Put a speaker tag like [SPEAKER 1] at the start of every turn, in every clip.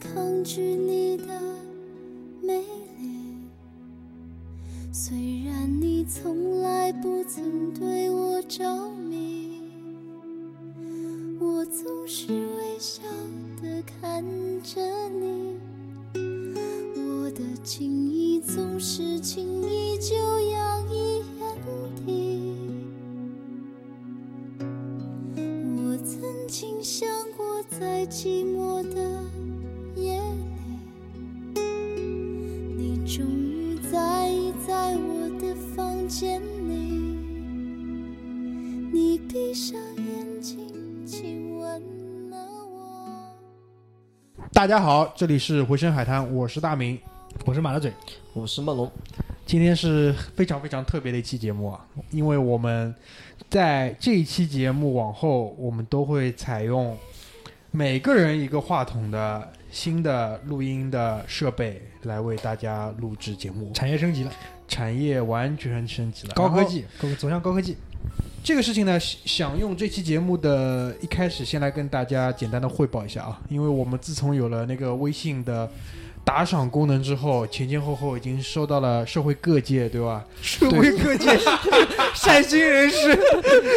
[SPEAKER 1] 占据你的美丽。虽然你从来不曾对我着迷，我总是微笑的看着你，我的情意总是轻易就洋溢眼底。我曾经想过，在寂寞的夜里，你终于在意在我的房间里。你闭上眼睛，亲吻了我。
[SPEAKER 2] 大家好，这里是回声海滩，我是大明。
[SPEAKER 3] 我是马大嘴，
[SPEAKER 4] 我是梦龙，
[SPEAKER 2] 今天是非常非常特别的一期节目啊，因为我们在这一期节目往后，我们都会采用每个人一个话筒的新的录音的设备来为大家录制节目，
[SPEAKER 3] 产业升级了，
[SPEAKER 2] 产业完全升级了，
[SPEAKER 3] 高科
[SPEAKER 2] 然后
[SPEAKER 3] 技，高走向高科技。
[SPEAKER 2] 这个事情呢，想用这期节目的一开始，先来跟大家简单的汇报一下啊，因为我们自从有了那个微信的打赏功能之后，前前后后已经收到了社会各界，对吧？
[SPEAKER 3] 社会各界善心 人士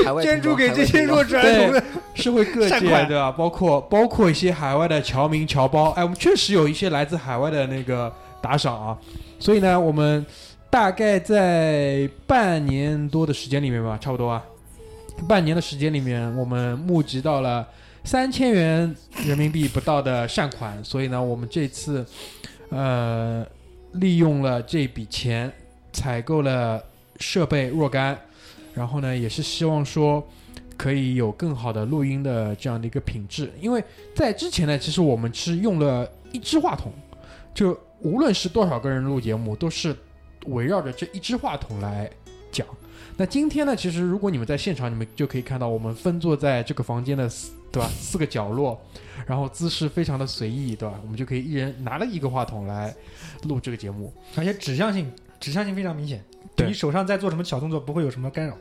[SPEAKER 4] 海外
[SPEAKER 3] 捐助给这些弱
[SPEAKER 4] 弱
[SPEAKER 3] 智儿童 的，
[SPEAKER 2] 社会各界
[SPEAKER 3] 善款
[SPEAKER 2] 对吧？包括包括一些海外的侨民侨胞，哎，我们确实有一些来自海外的那个打赏啊，所以呢，我们大概在半年多的时间里面吧，差不多啊，半年的时间里面，我们募集到了三千元人民币不到的善款，所以呢，我们这次呃利用了这笔钱采购了设备若干，然后呢，也是希望说。可以有更好的录音的这样的一个品质。因为在之前呢，其实我们是用了一支话筒，就无论是多少个人录节目，都是围绕着这一支话筒来讲。那今天呢，其实如果你们在现场，你们就可以看到我们分坐在这个房间的四，对吧？四个角落，然后姿势非常的随意，对吧？我们就可以一人拿了一个话筒来录这个节目。
[SPEAKER 3] 而且指向性指向性非常明显，
[SPEAKER 2] 对
[SPEAKER 3] 你手上在做什么小动作不会有什么干扰。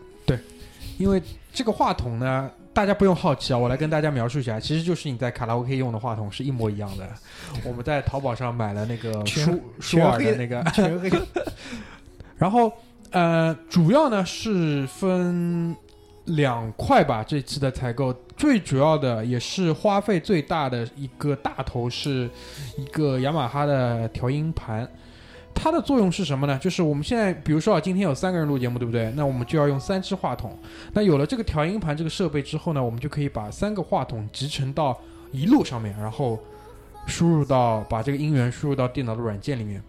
[SPEAKER 2] 因为这个话筒呢，大家不用好奇啊，我来跟大家描述一下，其实就是你在卡拉 OK 用的话筒是一模一样的。我们在淘宝上买了那个
[SPEAKER 3] 全
[SPEAKER 2] 舒舒
[SPEAKER 3] 全
[SPEAKER 2] 尔
[SPEAKER 3] 黑
[SPEAKER 2] 的
[SPEAKER 3] 的
[SPEAKER 2] 那 个，
[SPEAKER 3] 全黑
[SPEAKER 2] 然后呃，主要呢是分两块吧，这次的采购最主要的也是花费最大的一个大头是一个雅马哈的调音盘。它的作用是什么呢？就是我们现在，比如说啊，今天有三个人录节目，对不对？那我们就要用三支话筒。那有了这个调音盘这个设备之后呢，我们就可以把三个话筒集成到一路上面，然后输入到把这个音源输入到电脑的软件里面。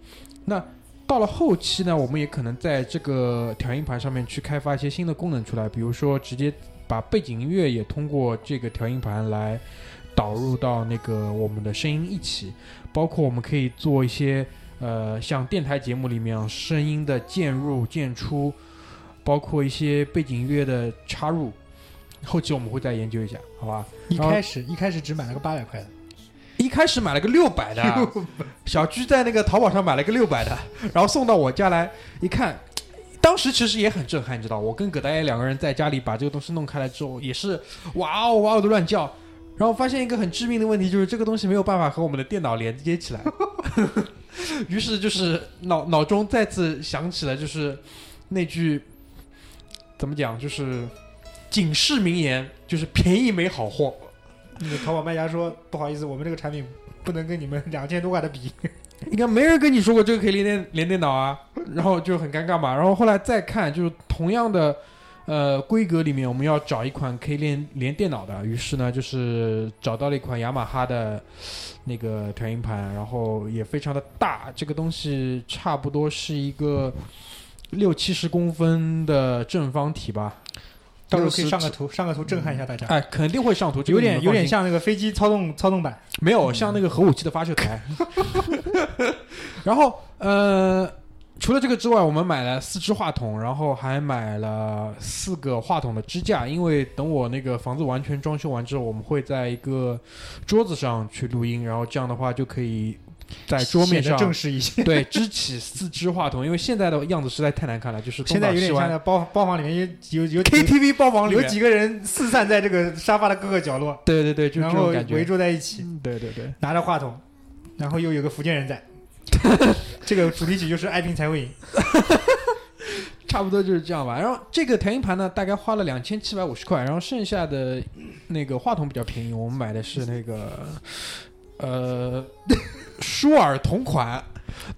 [SPEAKER 2] 那到了后期呢，我们也可能在这个调音盘上面去开发一些新的功能出来，比如说直接把背景音乐也通过这个调音盘来导入到那个我们的声音一起，包括我们可以做一些呃像电台节目里面啊声音的渐入渐出，包括一些背景音乐的插入，后期我们会再研究一下，好吧？
[SPEAKER 3] 一开始一开始只买了个八百块的，
[SPEAKER 2] 一开始买了个六百的，啊小居在那个淘宝上买了个六百的，然后送到我家来，一看，当时其实也很震撼，你知道，我跟葛大爷两个人在家里把这个东西弄开来之后，也是哇哦哇哦的乱叫，然后发现一个很致命的问题，就是这个东西没有办法和我们的电脑连接起来，于是就是脑脑中再次想起了就是那句怎么讲，就是警示名言，就是便宜没好货。
[SPEAKER 3] 那个淘宝卖家说不好意思，我们这个产品不能跟你们两千多块的比。
[SPEAKER 2] 你看，没人跟你说过这个可以连电连电脑啊，然后就很尴尬嘛。然后后来再看，就是同样的，呃，规格里面，我们要找一款可以连连电脑的。于是呢，就是找到了一款雅马哈的那个调音盘，然后也非常的大，这个东西差不多是一个六七十公分的正方体吧。
[SPEAKER 3] 到时候可以上个图，上个图震撼一下大家。
[SPEAKER 2] 哎，肯定会上图，这个
[SPEAKER 3] 有
[SPEAKER 2] 你
[SPEAKER 3] 点
[SPEAKER 2] 们
[SPEAKER 3] 有
[SPEAKER 2] 放
[SPEAKER 3] 点
[SPEAKER 2] 心
[SPEAKER 3] 像那个飞机操纵操纵板，
[SPEAKER 2] 没有像那个核武器的发射 台。然后呃，除了这个之外，我们买了四支话筒，然后还买了四个话筒的支架，因为等我那个房子完全装修完之后，我们会在一个桌子上去录音，然后这样的话就可以在桌面
[SPEAKER 3] 显得
[SPEAKER 2] 上
[SPEAKER 3] 正式 一些。
[SPEAKER 2] 对支起四支话筒，因为现在的样子实在太难看了，就是东
[SPEAKER 3] 现在
[SPEAKER 2] 倒
[SPEAKER 3] 有
[SPEAKER 2] 西
[SPEAKER 3] 点像
[SPEAKER 2] 歪
[SPEAKER 3] 那包包房里面有有有
[SPEAKER 2] KTV 包房里
[SPEAKER 3] 有
[SPEAKER 2] 面
[SPEAKER 3] 几个人四散在这个沙发的各个角落，
[SPEAKER 2] 对对对，就
[SPEAKER 3] 然
[SPEAKER 2] 这
[SPEAKER 3] 后
[SPEAKER 2] 种感觉
[SPEAKER 3] 围。住在一起，
[SPEAKER 2] 嗯对对对，
[SPEAKER 3] 拿着话筒，然后又有个福建人在， 这个主题曲就是爱拼才会赢。
[SPEAKER 2] 差不多就是这样吧。然后这个调音盘呢，大概花了两千七百五十块，然后剩下的那个话筒比较便宜，我们买的是那个呃舒尔同款。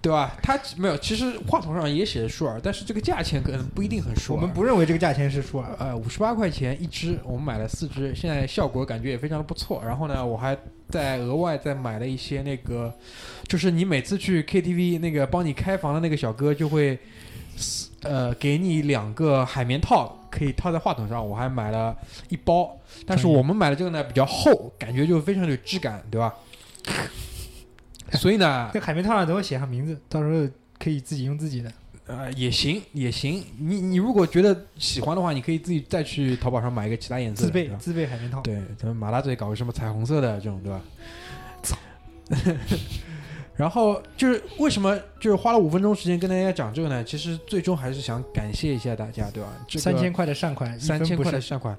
[SPEAKER 2] 对吧？它没有，其实话筒上也写着舒尔，但是这个价钱可能不一定很舒
[SPEAKER 3] 我
[SPEAKER 2] 尔。
[SPEAKER 3] 们不认为这个价钱是输啊，
[SPEAKER 2] 呃，五十八块钱一支，我们买了四支，现在效果感觉也非常的不错。然后呢，我还再额外再买了一些那个，就是你每次去 KTV 那个帮你开房的那个小哥就会，呃，给你两个海绵套，可以套在话筒上。我还买了一包，但是
[SPEAKER 3] 专业
[SPEAKER 2] 我们买的这个呢比较厚，感觉就非常有质感，对吧？所以呢，
[SPEAKER 3] 这海绵套上都会写上名字，到时候可以自己用自己的。
[SPEAKER 2] 呃，也行，也行。你你如果觉得喜欢的话，你可以自己再去淘宝上买一个其他颜色
[SPEAKER 3] 自
[SPEAKER 2] 的，对
[SPEAKER 3] 备
[SPEAKER 2] 吧
[SPEAKER 3] 自备海绵套，
[SPEAKER 2] 对，咱们马拉嘴搞个什么彩虹色的这种，对吧？ 然后就是为什么就是花了五分钟时间跟大家讲这个呢？其实最终还是想感谢一下大家，对吧？这个
[SPEAKER 3] 三千块的善款，
[SPEAKER 2] 三千块的
[SPEAKER 3] 一分
[SPEAKER 2] 善款，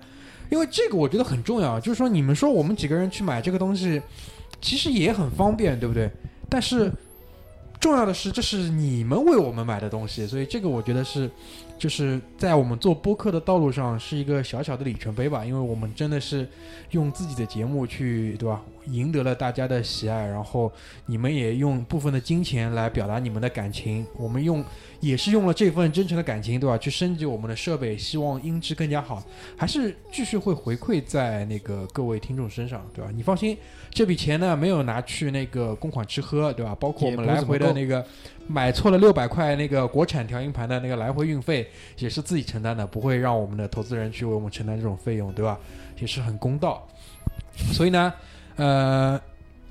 [SPEAKER 2] 因为这个我觉得很重要。就是说，你们说我们几个人去买这个东西，其实也很方便，对不对？但是重要的是，这是你们为我们买的东西，所以这个我觉得是，就是在我们做播客的道路上是一个小小的里程碑吧。因为我们真的是用自己的节目去，对吧？赢得了大家的喜爱，然后你们也用部分的金钱来表达你们的感情，我们用也是用了这份真诚的感情，对吧？去升级我们的设备，希望音质更加好，还是继续会回馈在那个各位听众身上，对吧？你放心，这笔钱呢没有拿去那个公款吃喝，对吧？包括我们
[SPEAKER 3] 也不
[SPEAKER 2] 来
[SPEAKER 3] 怎么
[SPEAKER 2] 回的那个买错了六百块那个国产调音盘的那个来回运费，也是自己承担的，不会让我们的投资人去为我们承担这种费用，对吧？也是很公道。所以呢，呃，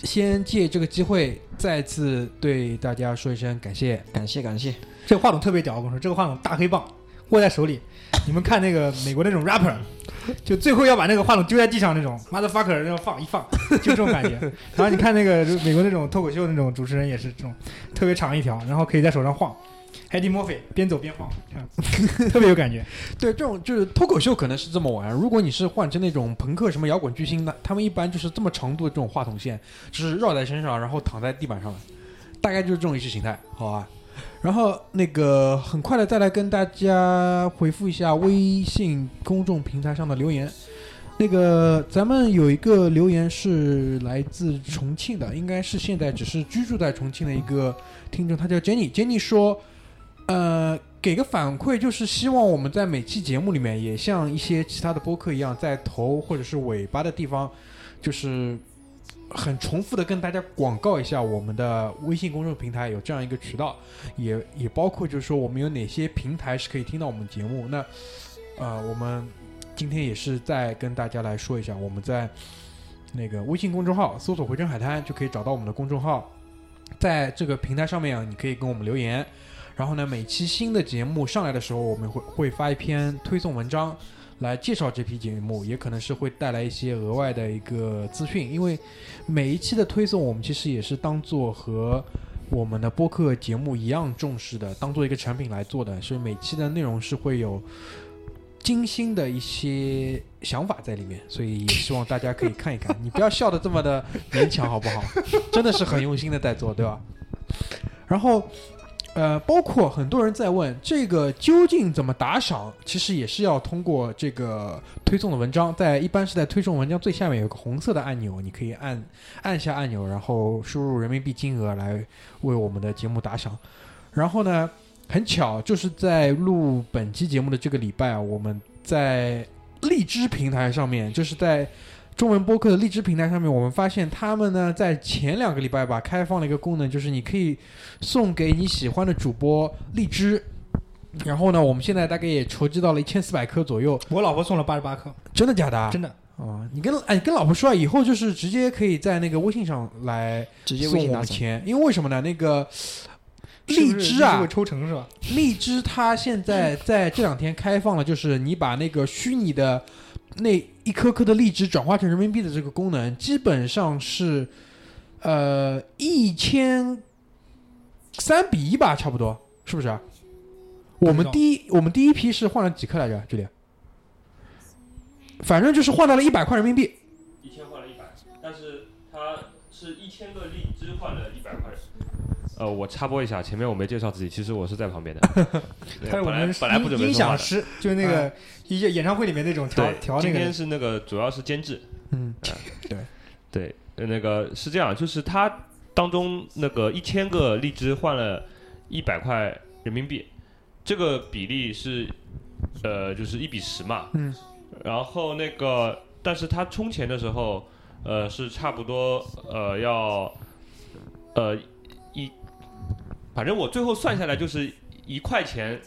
[SPEAKER 2] 先借这个机会再次对大家说一声感谢。
[SPEAKER 4] 感谢感谢，
[SPEAKER 3] 不是这个话筒特别屌，我跟你说，这个话筒大黑棒握在手里，你们看那个美国那种 rapper，就最后要把那个话筒丢在地上那种，motherfucker 那样放一放，就这种感觉。 然后你看那个美国那种脱口秀那种主持人也是这种，特别长一条，然后可以在手上晃。海蒂·墨菲边走边晃，这样 特别有感觉。
[SPEAKER 2] 对，这种就是脱口秀可能是这么玩。如果你是换成那种朋克什么摇滚巨星，那他们一般就是这么长度的这种话筒线，就是绕在身上，然后躺在地板上了，大概就是这种意识形态，好吧、然后那个很快的再来跟大家回复一下微信公众平台上的留言。那个咱们有一个留言是来自重庆的，应该是现在只是居住在重庆的一个听众，他叫 Jenny。Jenny 说，呃，给个反馈，就是希望我们在每期节目里面也像一些其他的播客一样，在头或者是尾巴的地方，就是很重复的跟大家广告一下我们的微信公众平台有这样一个渠道，也也包括就是说我们有哪些平台是可以听到我们节目。那呃，我们今天也是再跟大家来说一下，我们在那个微信公众号搜索“回声海滩”就可以找到我们的公众号，在这个平台上面啊，你可以跟我们留言。然后呢，每期新的节目上来的时候，我们会会发一篇推送文章来介绍这批节目，也可能是会带来一些额外的一个资讯，因为每一期的推送我们其实也是当做和我们的播客节目一样重视的，当做一个产品来做的，所以每期的内容是会有。精心的一些想法在里面，所以也希望大家可以看一看。你不要笑的这么的勉强，好不好？真的是很用心的在做，对吧？然后，呃，包括很多人在问这个究竟怎么打赏，其实也是要通过这个推送的文章，在一般是在推送文章最下面有个红色的按钮，你可以按按下按钮，然后输入人民币金额来为我们的节目打赏。然后呢，很巧，就是在录本期节目的这个礼拜啊，我们在荔枝平台上面，就是在中文播客的荔枝平台上面，我们发现他们呢在前两个礼拜吧，开放了一个功能，就是你可以送给你喜欢的主播荔枝。然后呢，我们现在大概也筹集到了一千四百颗左右，
[SPEAKER 3] 我老婆送了八十八颗，
[SPEAKER 2] 真的假的啊？
[SPEAKER 3] 真的。
[SPEAKER 2] 哦，你跟哎跟老婆说啊，以后就是直接可以在那个微信上来
[SPEAKER 4] 直接微
[SPEAKER 2] 送
[SPEAKER 4] 信
[SPEAKER 2] 我
[SPEAKER 4] 打
[SPEAKER 2] 们
[SPEAKER 4] 赏。
[SPEAKER 2] 钱，因为为什么呢？那个
[SPEAKER 3] 是不
[SPEAKER 2] 荔
[SPEAKER 3] 是
[SPEAKER 2] 枝啊，
[SPEAKER 3] 会抽成是吧？
[SPEAKER 2] 荔枝它现在在这两天开放了，就是你把那个虚拟的那一颗颗的荔枝转化成人民币的这个功能，基本上是呃一千三比一吧，差不多，是不是啊？
[SPEAKER 3] 不
[SPEAKER 2] 我
[SPEAKER 3] 知道
[SPEAKER 2] 们第一我们第一批是换了几克来着？这里，反正就是换到了一百块人民币。
[SPEAKER 5] 一千换了一百，但是它是一千个荔枝换了一百块。呃，我插播一下，前面我没介绍自己，其实我是在旁边的。 对
[SPEAKER 3] 他是我
[SPEAKER 5] 本来
[SPEAKER 3] 们
[SPEAKER 5] 本来不准备
[SPEAKER 3] 音
[SPEAKER 5] 说话
[SPEAKER 3] 响
[SPEAKER 5] 的。
[SPEAKER 3] 师，就是那个一些演唱会里面那种调
[SPEAKER 5] 对，
[SPEAKER 3] 调那
[SPEAKER 5] 今
[SPEAKER 3] 个
[SPEAKER 5] 天
[SPEAKER 3] 人，
[SPEAKER 5] 是那个主要是监制，
[SPEAKER 2] 嗯，
[SPEAKER 5] 对，呃那个是这样，就是他当中那个一千个荔枝换了一百块人民币，这个比例是呃就是一比十嘛，
[SPEAKER 2] 嗯，
[SPEAKER 5] 然后那个但是他充钱的时候，呃是差不多呃要呃一，反正我最后算下来就是一块钱，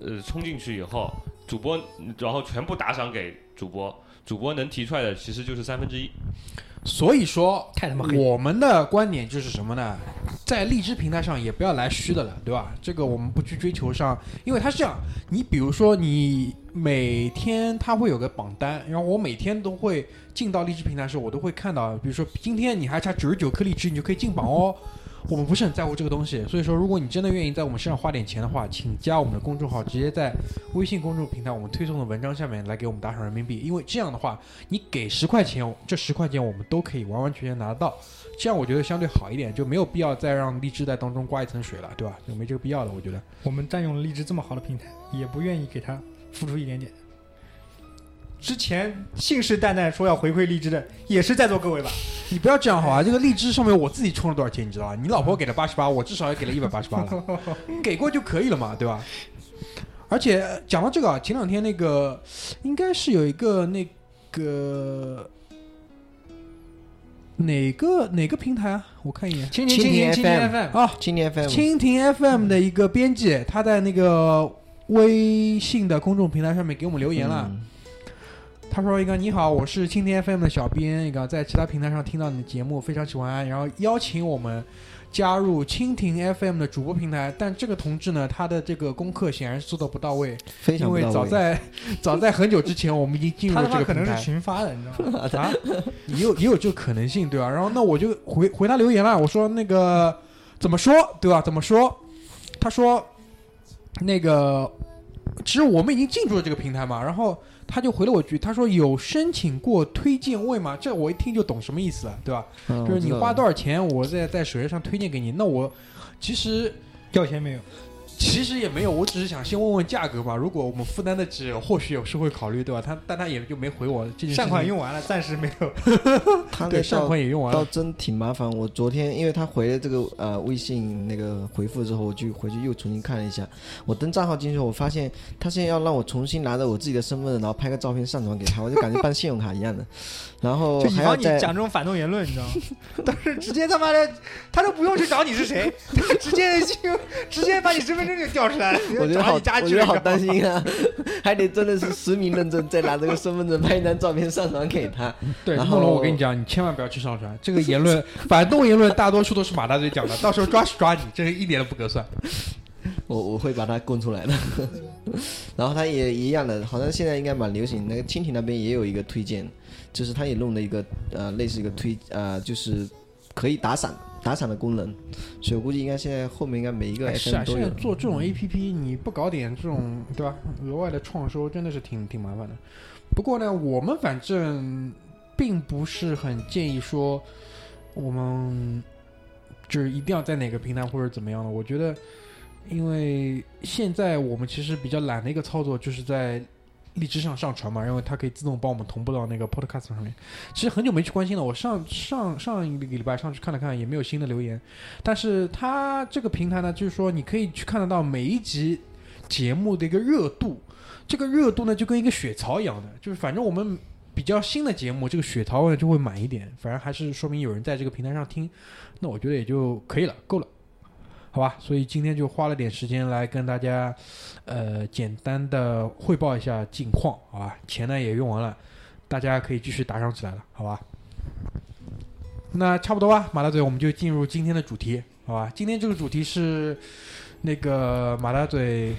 [SPEAKER 5] 呃充进去以后，主播然后全部打赏给主播。主播能提出来的其实就是三分之一，
[SPEAKER 2] 所以说
[SPEAKER 3] 太他妈黑了。
[SPEAKER 2] 我们的观点就是什么呢？在荔枝平台上也不要来虚的了，对吧？这个我们不去追求上，因为它是这样，你比如说你每天它会有个榜单，然后我每天都会进到荔枝平台的时候，我都会看到，比如说今天你还差九十九颗荔枝，你就可以进榜 哦。我们不是很在乎这个东西，所以说如果你真的愿意在我们身上花点钱的话，请加我们的公众号，直接在微信公众平台我们推送的文章下面来给我们打赏人民币，因为这样的话，你给十块钱，这十块钱我们都可以完完全全拿得到，这样我觉得相对好一点，就没有必要再让荔枝在当中挂一层水了，对吧？就没这个必要了，我觉得。
[SPEAKER 3] 我们占用了荔枝这么好的平台，也不愿意给他付出一点点。之前信誓旦旦说要回馈荔枝的，也是在座各位吧？
[SPEAKER 2] 你不要这样好吧？啊这个荔枝上面我自己充了多少钱，你知道吧？你老婆给了八十八，我至少也给了一百八十八了，你给过就可以了嘛，对吧？而且呃讲到这个啊，前两天那个应该是有一个那个哪个哪个平台啊？我看一眼
[SPEAKER 3] 蜻
[SPEAKER 4] 蜻蜓
[SPEAKER 3] 蜓蜻蜓
[SPEAKER 4] FM
[SPEAKER 3] FM
[SPEAKER 2] 啊，
[SPEAKER 4] 今年 FM
[SPEAKER 2] 蜻蜓 FM 的一个编辑，他在那个微信的公众平台上面给我们留言了。
[SPEAKER 4] 嗯
[SPEAKER 2] 他说：“一个你好，我是蜻蜓 FM 的小编，一个在其他平台上听到你的节目，非常喜欢，然后邀请我们加入蜻蜓 FM 的主播平台。但这个同志呢，他的这个功课显然是做的不到位，
[SPEAKER 4] 非常
[SPEAKER 2] 因为
[SPEAKER 4] 不到
[SPEAKER 2] 早
[SPEAKER 4] 位
[SPEAKER 2] 在 早在很久之前，我们已经进入
[SPEAKER 3] 他
[SPEAKER 2] 了
[SPEAKER 3] 他
[SPEAKER 2] 这
[SPEAKER 3] 妈
[SPEAKER 2] 个
[SPEAKER 3] 可
[SPEAKER 2] 平
[SPEAKER 3] 能是
[SPEAKER 2] 台。”
[SPEAKER 3] 群发的，你知道吗？
[SPEAKER 2] 啊，也有也有这个可能性，对吧？然后那我就回回他留言了，我说那个怎么说，对吧？怎么说？他说那个其实我们已经进驻了这个平台嘛，然后他就回了我一句，他说有申请过推荐位吗？这我一听就懂什么意思了，对吧？
[SPEAKER 4] 嗯
[SPEAKER 2] 就是你花多
[SPEAKER 4] 少？
[SPEAKER 2] 少钱，我在在首页上推荐给你。那我其实
[SPEAKER 3] 要钱没有？
[SPEAKER 2] 其实也没有，我只是想先问问价格嘛。如果我们负担得起，或许有是会考虑，对吧？他但他也就没回我这件事情
[SPEAKER 3] 善款，用完了，暂时没有。
[SPEAKER 4] 他
[SPEAKER 2] 对
[SPEAKER 4] 那
[SPEAKER 2] 善
[SPEAKER 4] 到
[SPEAKER 2] 款也用完了
[SPEAKER 4] 倒。真挺麻烦。我昨天因为他回了这个呃微信那个回复之后，我就回去又重新看了一下。我登账号进去，我发现他现在要让我重新拿着我自己的身份证，然后拍个照片上传给他，我就感觉办信用卡一样的。然
[SPEAKER 2] 哦
[SPEAKER 4] 后
[SPEAKER 3] 就以
[SPEAKER 4] 还要
[SPEAKER 3] 防你
[SPEAKER 4] 再
[SPEAKER 3] 讲这种反动言论，你知道吗？当时直接他妈的，他都不用去找你是谁，他直接就直接把你身份证就调出来了，
[SPEAKER 4] 我觉得
[SPEAKER 3] 找
[SPEAKER 4] 好，
[SPEAKER 3] 你
[SPEAKER 4] 我
[SPEAKER 3] 家去
[SPEAKER 4] 觉
[SPEAKER 3] 了
[SPEAKER 4] 得好担。心啊，还得真的是实名认证，再拿这个身份证拍一张照片上传给他。
[SPEAKER 2] 对，
[SPEAKER 4] 然
[SPEAKER 2] 梦龙，
[SPEAKER 4] 后
[SPEAKER 2] 我跟你讲，你千万不要去上传这个言论，反动言论大多数都是马大嘴讲的，到时候抓是抓你，这是一点都不合算。
[SPEAKER 4] 我我会把它供出来的。然后它也一样的，好像现在应该蛮流行，那个蜻蜓那边也有一个推荐，就是它也弄了一个呃类似一个推呃就是可以打赏打赏的功能，所以我估计应该现在后面应该每一个
[SPEAKER 2] 哎是
[SPEAKER 4] FM
[SPEAKER 2] 啊，
[SPEAKER 4] 都
[SPEAKER 2] 现
[SPEAKER 4] 有。嗯
[SPEAKER 2] 在做这种 A P P，你不搞点这种对吧额外的创收，真的是挺挺麻烦的。不过呢，我们反正并不是很建议说我们就是一定要在哪个平台或者怎么样的。我觉得，因为现在我们其实比较懒的一个操作，就是在荔枝上上传嘛，因为它可以自动帮我们同步到那个 Podcast 上面。其实很久没去关心了，我上上上一个礼拜上去看了看，也没有新的留言。但是它这个平台呢，就是说你可以去看得到每一集节目的一个热度，这个热度呢就跟一个血槽一样的，就是反正我们比较新的节目，这个血槽呢就会满一点，反正还是说明有人在这个平台上听，那我觉得也就可以了，够了。好吧，所以今天就花了点时间来跟大家，呃，简单的汇报一下近况，好吧？钱呢也用完了，大家可以继续打赏起来了，好吧？那差不多吧，马大嘴，我们就进入今天的主题，好吧？今天这个主题是那个马大嘴，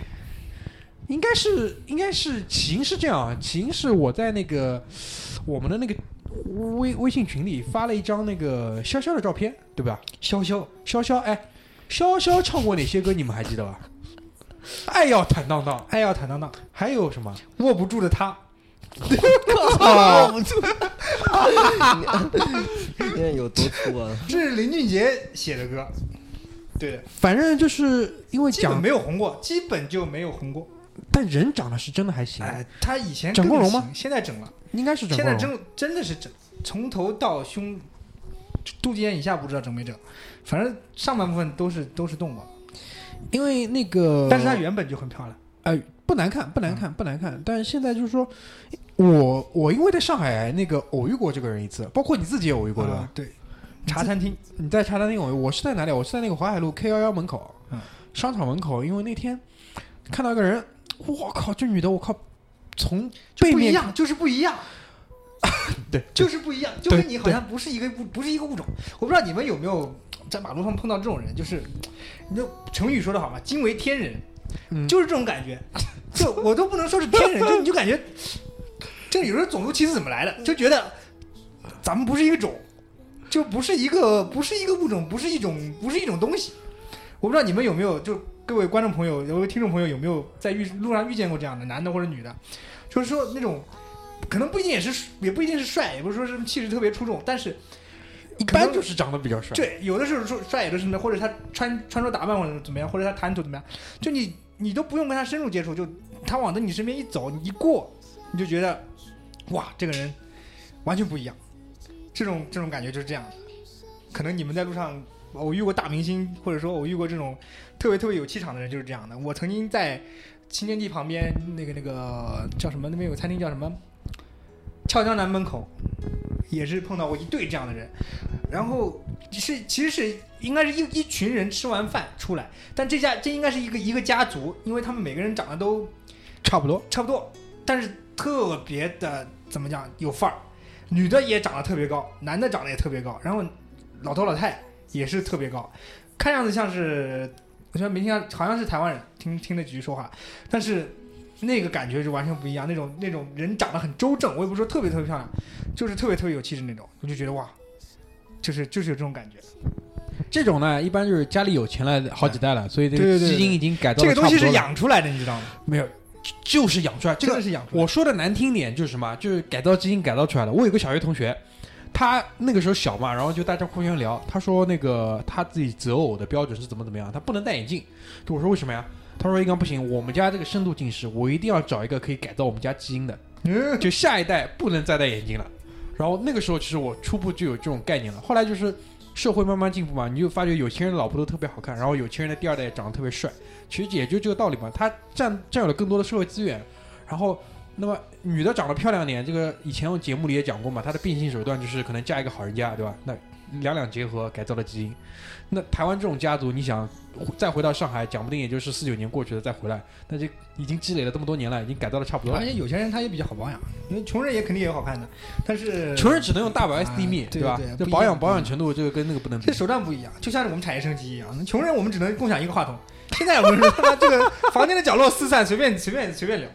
[SPEAKER 2] 应该是应该是起因是这样啊，起因是我在那个我们的那个微微信群里发了一张那个潇潇的照片，对吧？
[SPEAKER 3] 潇潇，
[SPEAKER 2] 潇潇，哎，潇潇唱过哪些歌？你们还记得 吧？爱要坦荡荡，
[SPEAKER 3] 爱要坦荡荡，
[SPEAKER 2] 还有什么？
[SPEAKER 3] 握不住的他，
[SPEAKER 4] 哦，现在有多粗啊？
[SPEAKER 3] 这是林俊杰写的歌，对的，
[SPEAKER 2] 反正就是因为
[SPEAKER 3] 基本
[SPEAKER 2] 讲
[SPEAKER 3] 没，有红过，基本就没有红过。
[SPEAKER 2] 但人长得是真的还行，
[SPEAKER 3] 哎，他以前
[SPEAKER 2] 整过
[SPEAKER 3] 更
[SPEAKER 2] 容吗
[SPEAKER 3] 行？现在整了，
[SPEAKER 2] 应该是整
[SPEAKER 3] 现
[SPEAKER 2] 过
[SPEAKER 3] 在
[SPEAKER 2] 容。
[SPEAKER 3] 真真的是整，从头到胸，肚脐眼以下不知道整没整，反正上半部分都是都是动过，
[SPEAKER 2] 因为那个，
[SPEAKER 3] 但是他原本就很漂亮。
[SPEAKER 2] 呃不难看，不难看，不难看。但是现在就是说，我我因为在上海那个偶遇过这个人一次，包括你自己也偶遇过对吧
[SPEAKER 3] 啊？对，茶餐厅
[SPEAKER 2] 你在茶餐厅偶遇，我是在哪里？我是在那个淮海路 K 幺幺门口，
[SPEAKER 3] 嗯
[SPEAKER 2] 商场门口。因为那天看到一个人，我靠，这女的，我靠，从背
[SPEAKER 3] 不一
[SPEAKER 2] 面
[SPEAKER 3] 样，就是不一样。
[SPEAKER 2] 对，
[SPEAKER 3] 就是不一样，就
[SPEAKER 2] 对
[SPEAKER 3] 跟你好像不是一个物，不是一个物种。我不知道你们有没有在马路上碰到这种人，就是，你就成语说的好嘛，惊为天人，
[SPEAKER 2] 嗯
[SPEAKER 3] 就是这种感觉。就我都不能说是 天人，就你就感觉，这有时候种族歧视怎么来的？就觉得咱们不是一个种，就不是一个不是一个物种，不是一种不是一种东西。我不知道你们有没有，就各位观众朋友、有位听众朋友有没有在遇路上遇见过这样的男的或者女的，就是说那种可能不一定也是也不一定是帅，也不是说什么气质特别出众，但是
[SPEAKER 2] 一般就是长得比较帅。
[SPEAKER 3] 对，有的时候说帅有的什么，或者他穿穿着打扮或者怎么样，或者他谈吐怎么样，就你你都不用跟他深入接触，就他往着你身边一走，你一过，你就觉得哇，这个人完全不一样，这种这种感觉就是这样的。可能你们在路上偶遇过大明星，或者说偶遇过这种特别特别有气场的人，就是这样的。我曾经在新天地旁边那个那个叫什么，那边有餐厅叫什么？俏江南门口也是碰到过一对这样的人，然后是其实是应该是一一群人吃完饭出来，但这家这应该是一个一个家族，因为他们每个人长得都
[SPEAKER 2] 差不多。
[SPEAKER 3] 差不多，但是特别的怎么讲有范儿，女的也长得特别高，男的长得也特别高，然后老头老太也是特别高，看样子像是我觉得没听到，好像是台湾人，听听那几句说话，但是那个感觉就完全不一样，那种那种人长得很周正，我也不是说特别特别漂亮，就是特别特别有气质那种，我就觉得哇，就是就是有这种感觉。
[SPEAKER 2] 这种呢，一般就是家里有钱了好几代了，所以这个
[SPEAKER 3] 对对对
[SPEAKER 2] 基因已经改造
[SPEAKER 3] 这
[SPEAKER 2] 得差
[SPEAKER 3] 个
[SPEAKER 2] 不
[SPEAKER 3] 东
[SPEAKER 2] 多
[SPEAKER 3] 西是
[SPEAKER 2] 了
[SPEAKER 3] 养出来的，你知道吗？
[SPEAKER 2] 没有，就就是养出来。这
[SPEAKER 3] 真的
[SPEAKER 2] 个
[SPEAKER 3] 是养出来的。
[SPEAKER 2] 我说的难听点就是什么，就是改造基因改造出来的。我有个小学同学，他那个时候小嘛，然后就大家互相聊，他说那个他自己择偶的标准是怎么怎么样，他不能戴眼镜。就我说为什么呀？他说一刚不行，我们家这个深度近视，我一定要找一个可以改造我们家基因的，
[SPEAKER 3] 嗯
[SPEAKER 2] 就下一代不能再戴眼镜了。然后那个时候其实我初步就有这种概念了，后来就是社会慢慢进步嘛，你就发觉有钱人的老婆都特别好看，然后有钱人的第二代也长得特别帅，其实也就这个道理嘛。他占占有了更多的社会资源，然后那么女的长得漂亮点，这个以前我节目里也讲过嘛，她的变性手段就是可能嫁一个好人家，对吧？那两两结合改造了基因。那台湾这种家族，你想再回到上海，讲不定也就是四九年过去了再回来，那这已经积累了这么多年了，已经改造的差不多
[SPEAKER 3] 而
[SPEAKER 2] 了。
[SPEAKER 3] 且有钱人他也比较好保养，因为穷人也肯定也有好看的，但是
[SPEAKER 2] 穷人只能用大白
[SPEAKER 3] 啊
[SPEAKER 2] SD 蜜，
[SPEAKER 3] 对
[SPEAKER 2] 吧
[SPEAKER 3] 对？
[SPEAKER 2] 这
[SPEAKER 3] 不一
[SPEAKER 2] 保养
[SPEAKER 3] 样
[SPEAKER 2] 保养程度，这个跟那个不能比
[SPEAKER 3] 这。手段不一样，就像是我们产业升级一样，那穷人我们只能共享一个话筒。现在我们是他妈这个房间的角落四散，随便随便随便聊。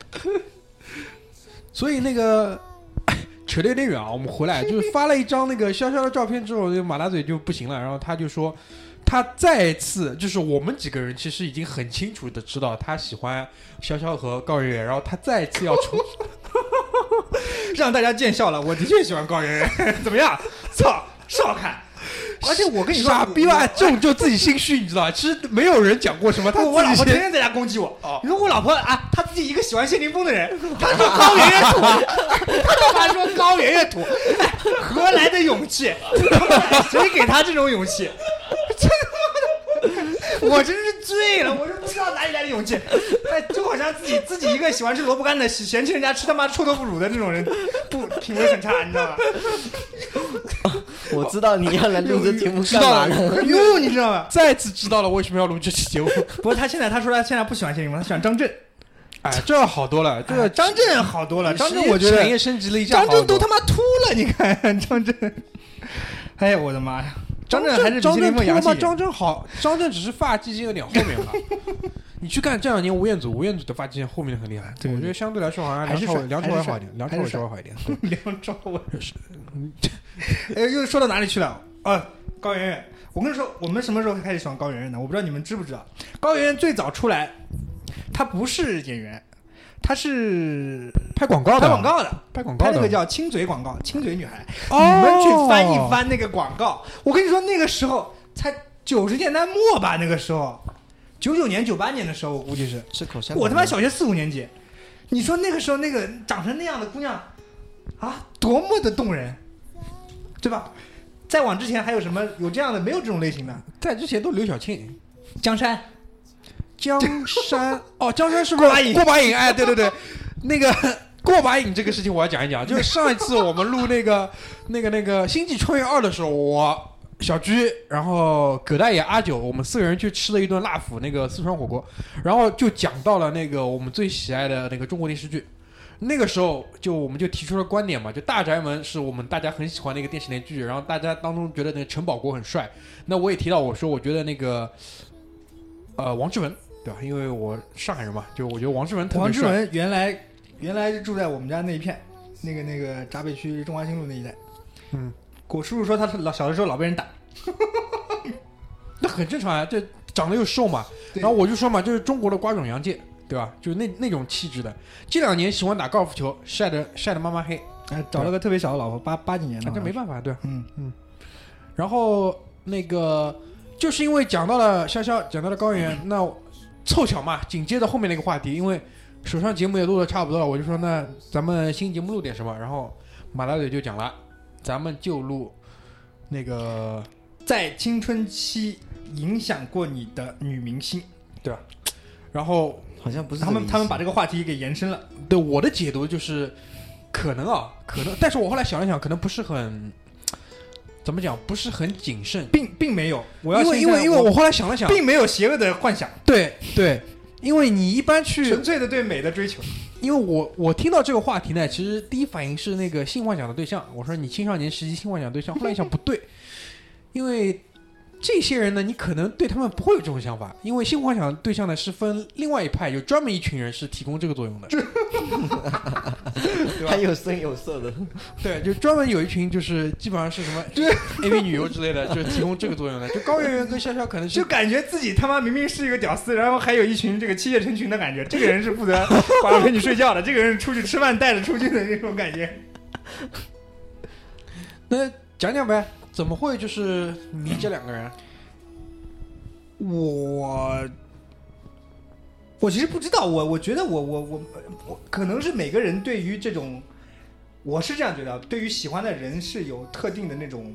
[SPEAKER 2] 所以那个哎扯得有点远啊，我们回来就是发了一张那个潇潇的照片之后，就马大嘴就不行了，然后他就说。他再次就是我们几个人其实已经很清楚的知道他喜欢潇潇和高圆圆，然后他再次要 重
[SPEAKER 3] 让大家见笑了。我的确喜欢高圆 圆，怎么样？操，是好看。而且我跟你说，
[SPEAKER 2] 傻逼吧，这种就自己心虚，你知道吧？其实没有人讲过什么，他
[SPEAKER 3] 我我老
[SPEAKER 2] 自
[SPEAKER 3] 婆
[SPEAKER 2] 己
[SPEAKER 3] 天
[SPEAKER 2] 先
[SPEAKER 3] 天在家攻击我。
[SPEAKER 2] 哦
[SPEAKER 3] 你说我老婆啊，她自己一个喜欢谢霆锋的人， 她说高圆圆土，她干嘛说高圆圆土？哎何来的勇气？ 谁给她这种勇气？ 这他妈的， 我真是醉了！我说不知道哪里来的勇气，哎，就好像自己自己一个喜欢吃萝卜干的，喜嫌弃人家吃他妈臭豆腐乳的这种人，不品味很差，你知道吧？
[SPEAKER 4] 我知道你要来录这节目
[SPEAKER 2] 知
[SPEAKER 4] 干
[SPEAKER 2] 道
[SPEAKER 4] 嘛
[SPEAKER 2] 了
[SPEAKER 4] 呢？
[SPEAKER 3] 很怒，你知道吧？
[SPEAKER 2] 再次知道了为什么要录这期节目。
[SPEAKER 3] 不过他现在他说他现在不喜欢谢霆锋，他喜欢张震。
[SPEAKER 2] 哎，这要好多了，这
[SPEAKER 3] 对，
[SPEAKER 2] 个
[SPEAKER 3] 张震好多了，张震我觉
[SPEAKER 2] 产业
[SPEAKER 3] 得
[SPEAKER 2] 升级了一下好
[SPEAKER 3] 张
[SPEAKER 2] 多，
[SPEAKER 3] 震都他妈秃了，你看张震，哎呀我的妈呀，张震还是比
[SPEAKER 2] 张
[SPEAKER 3] 谢霆
[SPEAKER 2] 震
[SPEAKER 3] 锋洋气
[SPEAKER 2] 吗？
[SPEAKER 3] 一点。
[SPEAKER 2] 张震好，张震只是发际线有点后面了。你去看这两年吴彦祖，吴彦祖的发际线后面很厉害，
[SPEAKER 3] 对
[SPEAKER 2] 我觉得相对来说好像
[SPEAKER 3] 还
[SPEAKER 2] 梁
[SPEAKER 3] 是
[SPEAKER 2] 朝伟，
[SPEAKER 3] 帅
[SPEAKER 2] 梁朝伟
[SPEAKER 3] 还是
[SPEAKER 2] 好一
[SPEAKER 3] 帅
[SPEAKER 2] 点，梁朝
[SPEAKER 3] 还
[SPEAKER 2] 伟
[SPEAKER 3] 是
[SPEAKER 2] 稍
[SPEAKER 3] 帅
[SPEAKER 2] 微好一点。
[SPEAKER 3] 梁朝伟， 哎，又说到哪里去了？啊，高圆圆，我跟你说，我们什么时候开始喜欢高圆圆的？我不知道你们知不知道，高圆圆最早出来，她不是演员，他是
[SPEAKER 2] 拍广告的，
[SPEAKER 3] 拍广，告的，
[SPEAKER 2] 拍广告
[SPEAKER 3] 拍
[SPEAKER 2] 的，
[SPEAKER 3] 那个叫亲嘴广告，亲嘴女孩，
[SPEAKER 2] 哦
[SPEAKER 3] 你们去翻一，翻那个广告。我跟你说，那个时候才九十年代末吧，那个时候，九九年、九八年的时候，我估计是
[SPEAKER 4] 吃口香糖吗。
[SPEAKER 3] 我他妈小学四五年级。你说那个时候那个长成那样的姑娘，啊，多么的动人，对吧？再往之前还有什么有这样的？没有这种类型的。
[SPEAKER 2] 在之前都刘晓庆、
[SPEAKER 3] 江山，
[SPEAKER 2] 江山， 哦，江山是不是
[SPEAKER 3] 过把瘾
[SPEAKER 2] 过把瘾，哎，对对对，那个。过把瘾这个事情我要讲一讲，就是上一次我们录那个、那个、那个《星际穿越二》的时候，我小居，然后葛大爷、阿九，我们四个人去吃了一顿辣府那个四川火锅，然后就讲到了那个我们最喜爱的那个中国电视剧。那个时候就我们就提出了观点嘛，就《大宅门》是我们大家很喜欢的一个电视连续剧，然后大家当中觉得那个陈宝国很帅。那我也提到我说，我觉得那个呃王志文对吧？因为我上海人嘛，就我觉得王志文特别
[SPEAKER 3] 王志
[SPEAKER 2] 帅。
[SPEAKER 3] 文原来原来是住在我们家那一片，那个那个闸北区中华新路那一带。
[SPEAKER 2] 嗯，
[SPEAKER 3] 我叔叔说他老小的时候老被人打，
[SPEAKER 2] 那很正常啊，这长得又瘦嘛。
[SPEAKER 3] 对
[SPEAKER 2] 然后我就说嘛，就是中国的瓜种洋介，对吧？就是那那种气质的。这两年喜欢打高尔夫球，晒得晒得妈妈黑，
[SPEAKER 3] 哎，找了个特别小的老婆，八八几年的
[SPEAKER 2] 那，这没
[SPEAKER 3] 法。
[SPEAKER 2] 办法，对吧？
[SPEAKER 3] 嗯，
[SPEAKER 2] 然后那个就是因为讲到了潇潇，讲到了高原，那凑巧嘛，紧接着后面那个话题，因为手上节目也录的差不多了，我就说那咱们新节目录点什么，然后马大嘴就讲了，咱们就录那个
[SPEAKER 3] 在青春期影响过你的女明星，
[SPEAKER 2] 然后
[SPEAKER 4] 好像不是
[SPEAKER 3] 他们他们把这
[SPEAKER 4] 个
[SPEAKER 3] 个话题给延伸了。
[SPEAKER 2] 对我的解读就是，可能啊，可能，但是我后来想了想，可能不是很，怎么讲，不是很谨慎，
[SPEAKER 3] 并并没有，我要
[SPEAKER 2] 因为
[SPEAKER 3] 先
[SPEAKER 2] 因
[SPEAKER 3] 在
[SPEAKER 2] 为因为我后来想了想，
[SPEAKER 3] 并没有邪恶的幻想，
[SPEAKER 2] 对对，因为你一般去
[SPEAKER 3] 纯，粹的对美的追求。
[SPEAKER 2] 因为我我听到这个话题呢，其实第一反应是那个性幻想的对象，我说你青少年时期性幻想对象，后来一想不对，因为。这些人呢，你可能对他们不会有这种想法，因为性幻想对象呢是分另外一派，有专门一群人是提供这个作用的。
[SPEAKER 3] 对吧
[SPEAKER 4] 还有声有色的，
[SPEAKER 2] 对，就专门有一群，就是基本上是什么 AV 女优之类的，就是提供这个作用的。就高圆圆跟潇潇可能
[SPEAKER 3] 就是感觉自己他妈明明是一个屌丝，然后还有一群这个妻妾成群的感觉。这个人是负责晚上陪你睡觉的，这个人出去吃饭带着出去的那种感觉。
[SPEAKER 2] 那讲讲呗，怎么会就是迷这两个人？
[SPEAKER 3] 我我其实不知道，我我觉得我我我我可能是每个人对于这种，我是这样觉得，对于喜欢的人是有特定的那种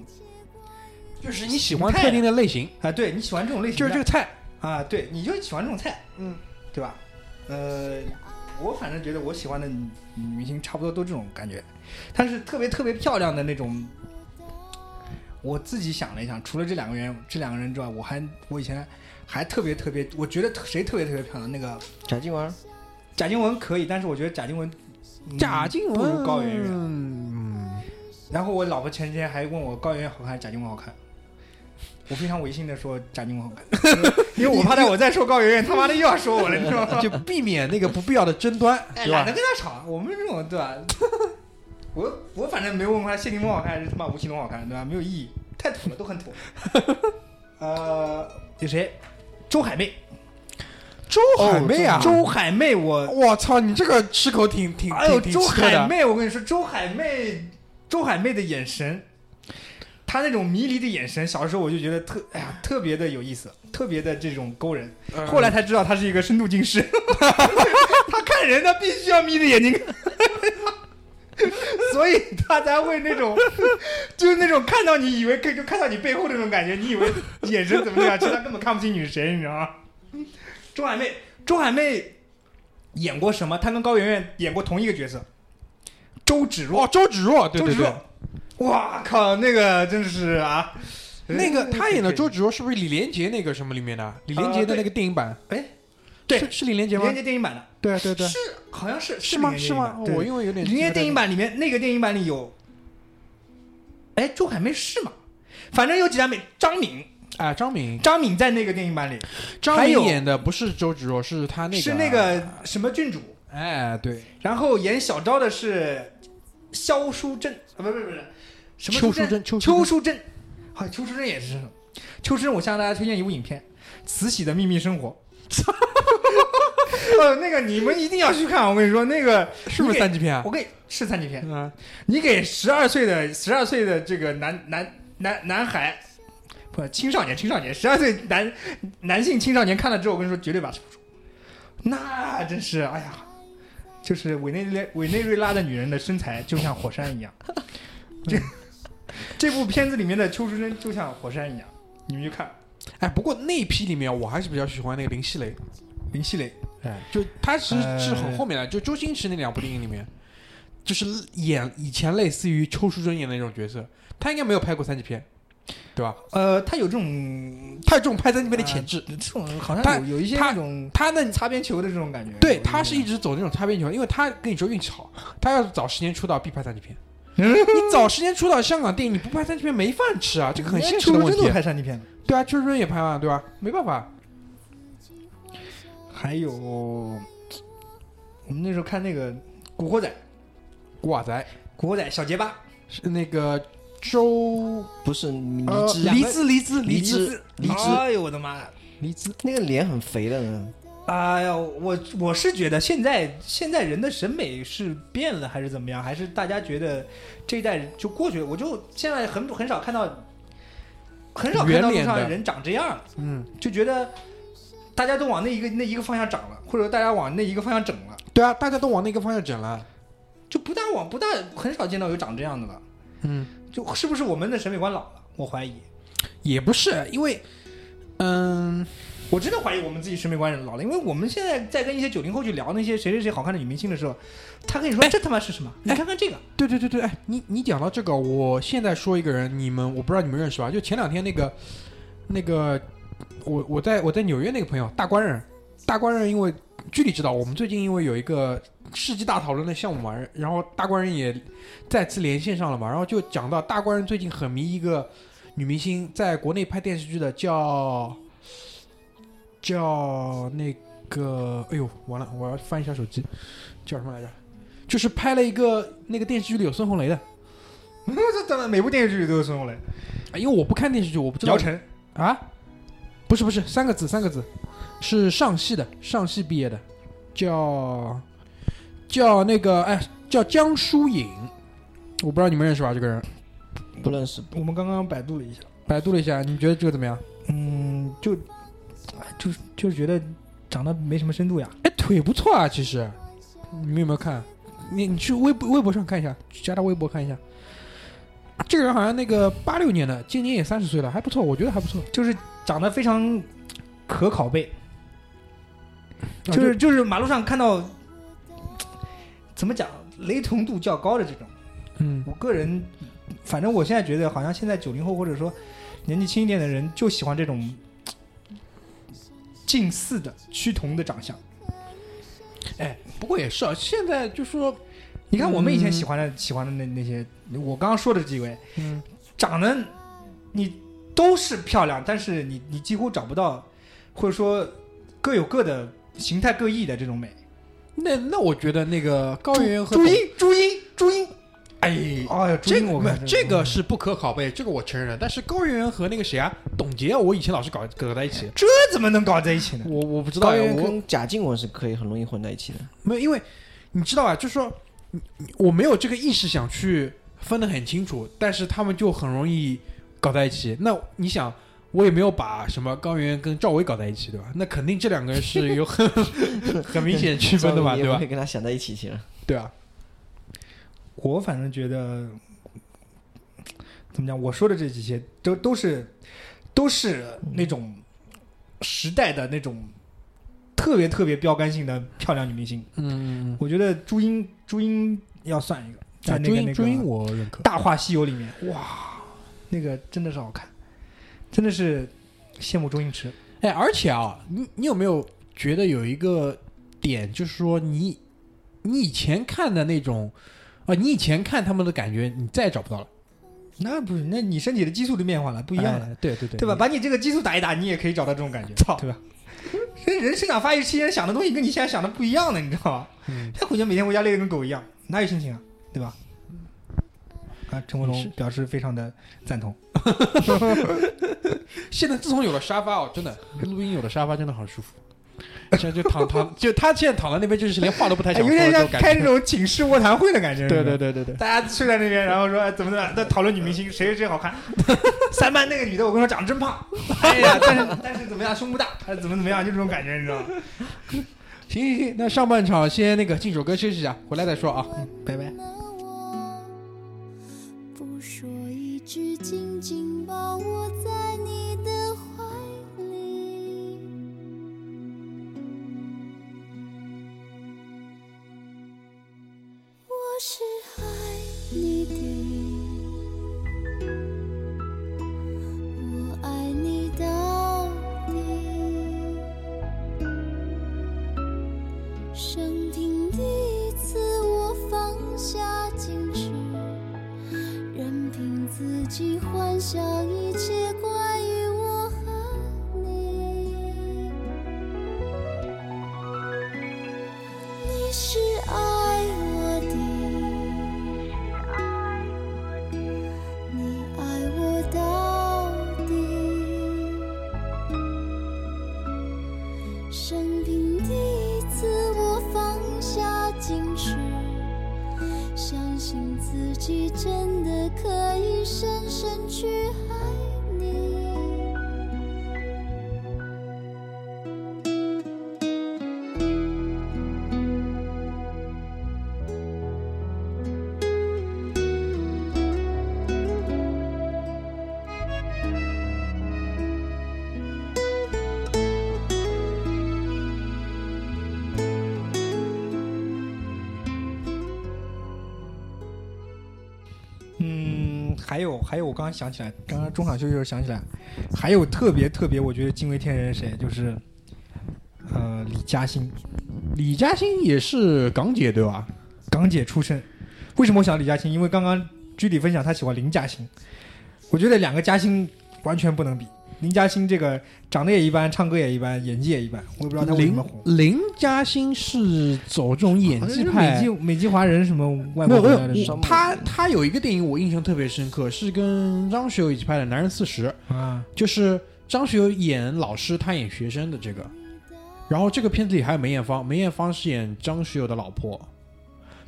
[SPEAKER 2] 就是你喜欢特定的类型，
[SPEAKER 3] 啊，对你喜欢这种类型
[SPEAKER 2] 就
[SPEAKER 3] 的，
[SPEAKER 2] 是这个菜。
[SPEAKER 3] 啊，对，你就喜欢这种菜，
[SPEAKER 2] 嗯，
[SPEAKER 3] 对吧？呃，我反正觉得我喜欢的女女明星差不多都这种感觉，但是特别特别漂亮的那种。我自己想了一想，除了这两个人，这两个人之外，我还我以前还特别特别，我觉得特谁特别特别漂亮，那个
[SPEAKER 4] 贾静雯，
[SPEAKER 3] 贾静雯可以，但是我觉得贾静雯、嗯
[SPEAKER 2] 贾静雯
[SPEAKER 3] 不如高圆圆。
[SPEAKER 2] 嗯，
[SPEAKER 3] 然后我老婆前几天还问我高圆圆好看还是贾静雯好看，我非常违心的说贾静雯好看， 因为我怕待我再说高圆圆，他妈的又要说我了，你知道吗？
[SPEAKER 2] 啊 就避免那个不必要的争端，
[SPEAKER 3] 哎，
[SPEAKER 2] 对
[SPEAKER 3] 懒
[SPEAKER 2] 吧
[SPEAKER 3] 得？跟他吵，我们这种对吧？我我反正没问过他谢霆锋好看还是他妈吴奇隆好看，对吧？没有意义，太土了，都很土。呃，有谁？周海媚，哦
[SPEAKER 2] 周海媚啊，
[SPEAKER 3] 周海媚我，
[SPEAKER 2] 我操，你这个吃口挺挺
[SPEAKER 3] 哎呦，
[SPEAKER 2] 挺挺
[SPEAKER 3] 周
[SPEAKER 2] 切
[SPEAKER 3] 海
[SPEAKER 2] 的。
[SPEAKER 3] 媚，我跟你说，周海媚，周海媚的眼神，她那种迷离的眼神，小时候我就觉得特，哎呀，特别的有意思，特别的这种勾人。
[SPEAKER 2] 嗯
[SPEAKER 3] 后来才知道他是一个深度近视， 他看人他必须要眯着眼睛 看，所以他才会那种，就是那种看到你以为可以就看到你背后那种感觉，你以为眼神怎么样，其实他根本看不清你是谁，你知道吗？周海媚，周海媚演过什么？她跟高圆圆演过同一个角色，周芷若。
[SPEAKER 2] 哦，周芷若，对
[SPEAKER 3] 周
[SPEAKER 2] 对
[SPEAKER 3] 芷
[SPEAKER 2] 对，
[SPEAKER 3] 若，哇靠，那个真是啊，哎
[SPEAKER 2] 那个她演的周
[SPEAKER 3] 芷，
[SPEAKER 2] 芷若是不是李连杰那个什么里面的？啊李连杰的那个电影版，
[SPEAKER 3] 哎，啊对
[SPEAKER 2] 是是李连杰
[SPEAKER 3] 李
[SPEAKER 2] 哎吗？
[SPEAKER 3] 连杰电影版的。
[SPEAKER 2] 对啊对啊对啊，
[SPEAKER 3] 是好像是
[SPEAKER 2] 是吗？是吗？哦我
[SPEAKER 3] 因
[SPEAKER 2] 因为有点
[SPEAKER 3] 林业电影版里面那个电影版里有，哎，周海媚是吗？反正有几张美，张敏，
[SPEAKER 2] 啊，张敏，
[SPEAKER 3] 张敏在那个电影版里
[SPEAKER 2] 张
[SPEAKER 3] 还有
[SPEAKER 2] 敏演的不是周芷若，是她那个啊
[SPEAKER 3] 是那个什么郡主，
[SPEAKER 2] 哎对，
[SPEAKER 3] 然后演小昭的是萧淑珍，啊，不是不是不是，什么
[SPEAKER 2] 邱
[SPEAKER 3] 淑
[SPEAKER 2] 淑贞，邱
[SPEAKER 3] 邱
[SPEAKER 2] 淑
[SPEAKER 3] 淑贞，好，邱淑贞也是， 邱淑贞，我向大家推荐一部影片《慈禧的秘密生活》。哦，那个你们一定要去看，我跟你说，那个
[SPEAKER 2] 是不是三级片啊？
[SPEAKER 3] 我给是三级片，
[SPEAKER 2] 嗯，
[SPEAKER 3] 你给十二岁的十二岁的这个男男男男孩，不青少年青少年十二岁男男性青少年看了之后，我跟你说绝对把持不住，那真是哎呀，就是委内瑞委内瑞拉的女人的身材就像火 山一样，这这部片子里面的邱淑贞就像火山一样，你们去看
[SPEAKER 2] 哎，不过那一批里面，我还是比较喜欢那个林熙蕾，
[SPEAKER 3] 林熙蕾，哎，
[SPEAKER 2] 就她其实
[SPEAKER 3] 呃
[SPEAKER 2] 是很后面的，就周星驰那两部电影里面，就是演以前类似于邱淑贞演的那种角色，她应该没有拍过三级片，对吧？
[SPEAKER 3] 呃，她有这种
[SPEAKER 2] 她有这种拍三级片的潜质，
[SPEAKER 3] 这种好
[SPEAKER 2] 她
[SPEAKER 3] 像有有一些
[SPEAKER 2] 她
[SPEAKER 3] 那种
[SPEAKER 2] 她呢
[SPEAKER 3] 擦边球的这种感觉，
[SPEAKER 2] 对，他是 一直走那种擦边球，因为他跟你说运气好，他要是早十年出道必拍三级片。你早十年出道，香港电影你不拍三级片没饭吃啊，这个很现实的问
[SPEAKER 3] 真
[SPEAKER 2] 题
[SPEAKER 3] 的。拍三级片。
[SPEAKER 2] 对啊，邱淑贞也拍嘛，对吧？没办法，
[SPEAKER 3] 还有，我们那时候看那个《古惑仔》，《
[SPEAKER 2] 古惑仔
[SPEAKER 3] 古惑仔》小结巴，
[SPEAKER 2] 是那个周
[SPEAKER 4] 不是迷
[SPEAKER 2] 呃
[SPEAKER 4] 之
[SPEAKER 2] 黎姿，黎姿，
[SPEAKER 4] 黎
[SPEAKER 2] 黎姿，
[SPEAKER 4] 姿，黎姿，
[SPEAKER 2] 啊
[SPEAKER 3] 哎呦我的妈！
[SPEAKER 2] 黎姿，
[SPEAKER 4] 那个脸很肥的呢。
[SPEAKER 3] 哎呀，我我是觉得现在现在人的审美是变了还是怎么样？还是大家觉得这一代人就过去了？我就现在很很少看到，很少看
[SPEAKER 2] 圆
[SPEAKER 3] 到路
[SPEAKER 2] 脸
[SPEAKER 3] 上
[SPEAKER 2] 的
[SPEAKER 3] 人长这样了。
[SPEAKER 2] 嗯，
[SPEAKER 3] 就觉得大家都往那一个那一个方向长了，或者大家往那一个方向整了，
[SPEAKER 2] 对啊，大家都往那个方向整了。
[SPEAKER 3] 就不大往不大很少见到有长这样的了。
[SPEAKER 2] 嗯，
[SPEAKER 3] 就是不是我们的审美观老了？我怀疑，
[SPEAKER 2] 也不是，因为嗯，
[SPEAKER 3] 我真的怀疑我们自己审美观老了，因为我们现在在跟一些九零后去聊那些谁谁谁好看的女明星的时候，他跟你说、这他妈是什么？你看看这个，
[SPEAKER 2] 对对对对，哎，你你讲到这个，我现在说一个人，你们我不知道你们认识吧？就前两天那个那个，我我在我在纽约那个朋友大官人，大官人因为具体知道，我们最近因为有一个世纪大讨论的项目嘛，然后大官人也再次连线上了嘛，然后就讲到大官人最近很迷一个女明星，在国内拍电视剧的叫叫那个，哎呦完了，我要翻一下手机，叫什么来着？就是拍了一个那个电视剧里有孙红雷的，
[SPEAKER 3] 这当然每部电视剧里都有孙红雷、
[SPEAKER 2] 啊因为我不看电视剧，我不知道
[SPEAKER 3] 姚晨，
[SPEAKER 2] 啊，不是不是三个字三个字，是上戏的，上戏毕业的，叫叫那个哎叫江疏影，我不知道你们认识吧这个人，
[SPEAKER 4] 不认识，
[SPEAKER 3] 我们刚刚百度了一下，
[SPEAKER 2] 百度了一下，你觉得这个怎么样？
[SPEAKER 3] 嗯，就哎就是就是觉得长得没什么深度呀，
[SPEAKER 2] 哎，腿不错啊，其实，你们有没有看？你你去微博微博上看一下，去加他微博看一下。这个人好像那个八六年的，今年也三十岁了，还不错，我觉得还不错。
[SPEAKER 3] 就是长得非常可拷贝，
[SPEAKER 2] 啊
[SPEAKER 3] 就是就是马路上看到怎么讲雷同度较高的这种。
[SPEAKER 2] 嗯，
[SPEAKER 3] 我个人，反正我现在觉得，好像现在九零后或者说年纪轻一点的人，就喜欢这种近似的、趋同的长相。
[SPEAKER 2] 不过也是啊，现在就说，
[SPEAKER 3] 你看我们以前
[SPEAKER 2] 嗯
[SPEAKER 3] 喜欢的、喜欢的那那些，我刚刚说的几位，
[SPEAKER 2] 嗯，
[SPEAKER 3] 长得你都是漂亮，但是你你几乎找不到，或者说各有各的形态各异的这种美。
[SPEAKER 2] 那那我觉得那个高圆圆和
[SPEAKER 3] 朱
[SPEAKER 2] 董
[SPEAKER 3] 茵，朱茵，朱茵，
[SPEAKER 2] 哎，
[SPEAKER 3] 哎呀，朱
[SPEAKER 2] 这
[SPEAKER 3] 茵
[SPEAKER 2] 个
[SPEAKER 3] 我
[SPEAKER 2] 不
[SPEAKER 3] 看嗯
[SPEAKER 2] 这个是不可拷贝，这个我承认了。但是高圆圆和那个谁啊，董洁，我以前老是搞搞在一起，
[SPEAKER 3] 这怎么能搞在一起呢？
[SPEAKER 2] 我我不知道
[SPEAKER 4] 高
[SPEAKER 2] 呀，
[SPEAKER 4] 圆
[SPEAKER 2] 我
[SPEAKER 4] 跟贾静雯是可以很容易混在一起 的。
[SPEAKER 2] 没有，因为你知道吧，就是说你你我没有这个意识想去分得很清楚，但是他们就很容易搞在一起。那你想，我也没有把什么高圆圆跟赵薇搞在一起，对吧？那肯定这两个人是有很 很明显区分的嘛，
[SPEAKER 4] 你
[SPEAKER 2] 对
[SPEAKER 4] 也不
[SPEAKER 2] 吧
[SPEAKER 4] 会？跟他想在一起去了。
[SPEAKER 2] 对啊，
[SPEAKER 3] 我反正觉得，怎么讲？我说的这几些都都是都是那种时代的那种特别特别标杆性的漂亮女明星。
[SPEAKER 2] 嗯，
[SPEAKER 3] 我觉得朱茵，朱茵要算一个，在
[SPEAKER 2] 啊
[SPEAKER 3] 那
[SPEAKER 2] 朱
[SPEAKER 3] 个、
[SPEAKER 2] 茵
[SPEAKER 3] 那
[SPEAKER 2] 朱茵
[SPEAKER 3] 个《
[SPEAKER 2] 我认可，
[SPEAKER 3] 大话西游》里面，哇，那个真的是好看，真的是羡慕周星驰。
[SPEAKER 2] 哎，而且啊，你你有没有觉得有一个点，就是说你你以前看的那种，啊、你以前看他们的感觉，你再也找不到了，
[SPEAKER 3] 那不是，那你身体的激素就变化了，不
[SPEAKER 2] 不
[SPEAKER 3] 一样了。
[SPEAKER 2] 对对对，
[SPEAKER 3] 对吧？？把你这个激素打一打，你也可以找到这种感觉，对吧？人人生长发育期间想的东西跟你现在想的不一样的，你知道吗？
[SPEAKER 2] 嗯，
[SPEAKER 3] 他回家每天回家累得跟狗一样，哪有心情啊？对吧？啊，陈国
[SPEAKER 2] 也是
[SPEAKER 3] 龙表示非常的赞同。
[SPEAKER 2] 现在自从有了沙发哦，真的录音有了沙发真的好舒服。现在就躺躺，就他现在躺在那边，就是连话都不太
[SPEAKER 3] 哎
[SPEAKER 2] 想
[SPEAKER 3] 有
[SPEAKER 2] 说了，
[SPEAKER 3] 点像
[SPEAKER 2] 都感
[SPEAKER 3] 开那
[SPEAKER 2] 觉。
[SPEAKER 3] 种寝室卧谈会的感觉。
[SPEAKER 2] 对
[SPEAKER 3] 是吧
[SPEAKER 2] 对对对对，
[SPEAKER 3] 大家睡在那边，然后说哎怎么怎么样，在讨论女明星谁谁好 看。三班那个女的，我跟你说长得真胖，哎呀，但是但是怎么样，胸部大，哎怎么怎么样，就这种感觉，你知道吗？
[SPEAKER 2] 行行行，那上半场先那个进首歌休息一下，回来再说啊。
[SPEAKER 3] 拜拜。
[SPEAKER 1] 那我不说一句，紧紧抱我在你的怀里。我是爱你的，我爱你到底。生平第一次，我放下矜持，任凭自己幻想一切关于我和你。你是爱我的，你爱我到底。生平第一次，我放下矜持，相信自己真的可以深深去爱你。
[SPEAKER 3] 嗯，还有还有，我刚刚想起来，刚刚中场休息的时候想起来，还有特别特别，我觉得惊为天人是谁？就是呃李嘉欣，
[SPEAKER 2] 李嘉欣也是港姐对吧？
[SPEAKER 3] 港姐出身。为什么我想李嘉欣？因为刚刚居里分享他喜欢林嘉欣，我觉得两个嘉欣完全不能比。林嘉欣这个长得也一般，唱歌也一般，演技也一般，我也不知道他为什
[SPEAKER 2] 林
[SPEAKER 3] 么红。
[SPEAKER 2] 林嘉欣是走这种演
[SPEAKER 3] 好像
[SPEAKER 2] 技
[SPEAKER 3] 是
[SPEAKER 2] 派
[SPEAKER 3] 美，籍美籍华人什么外
[SPEAKER 2] 没
[SPEAKER 3] 国
[SPEAKER 2] 有
[SPEAKER 3] 回
[SPEAKER 2] 没
[SPEAKER 3] 来的
[SPEAKER 2] 有
[SPEAKER 3] 是吧，
[SPEAKER 2] 他他有一个电影我印象特别深刻，是跟张学友一起拍的《男人四十》，
[SPEAKER 3] 啊，
[SPEAKER 2] 就是张学友演老师，他演学生的这个。然后这个片子里还有梅艳芳，梅艳芳是演张学友的老婆，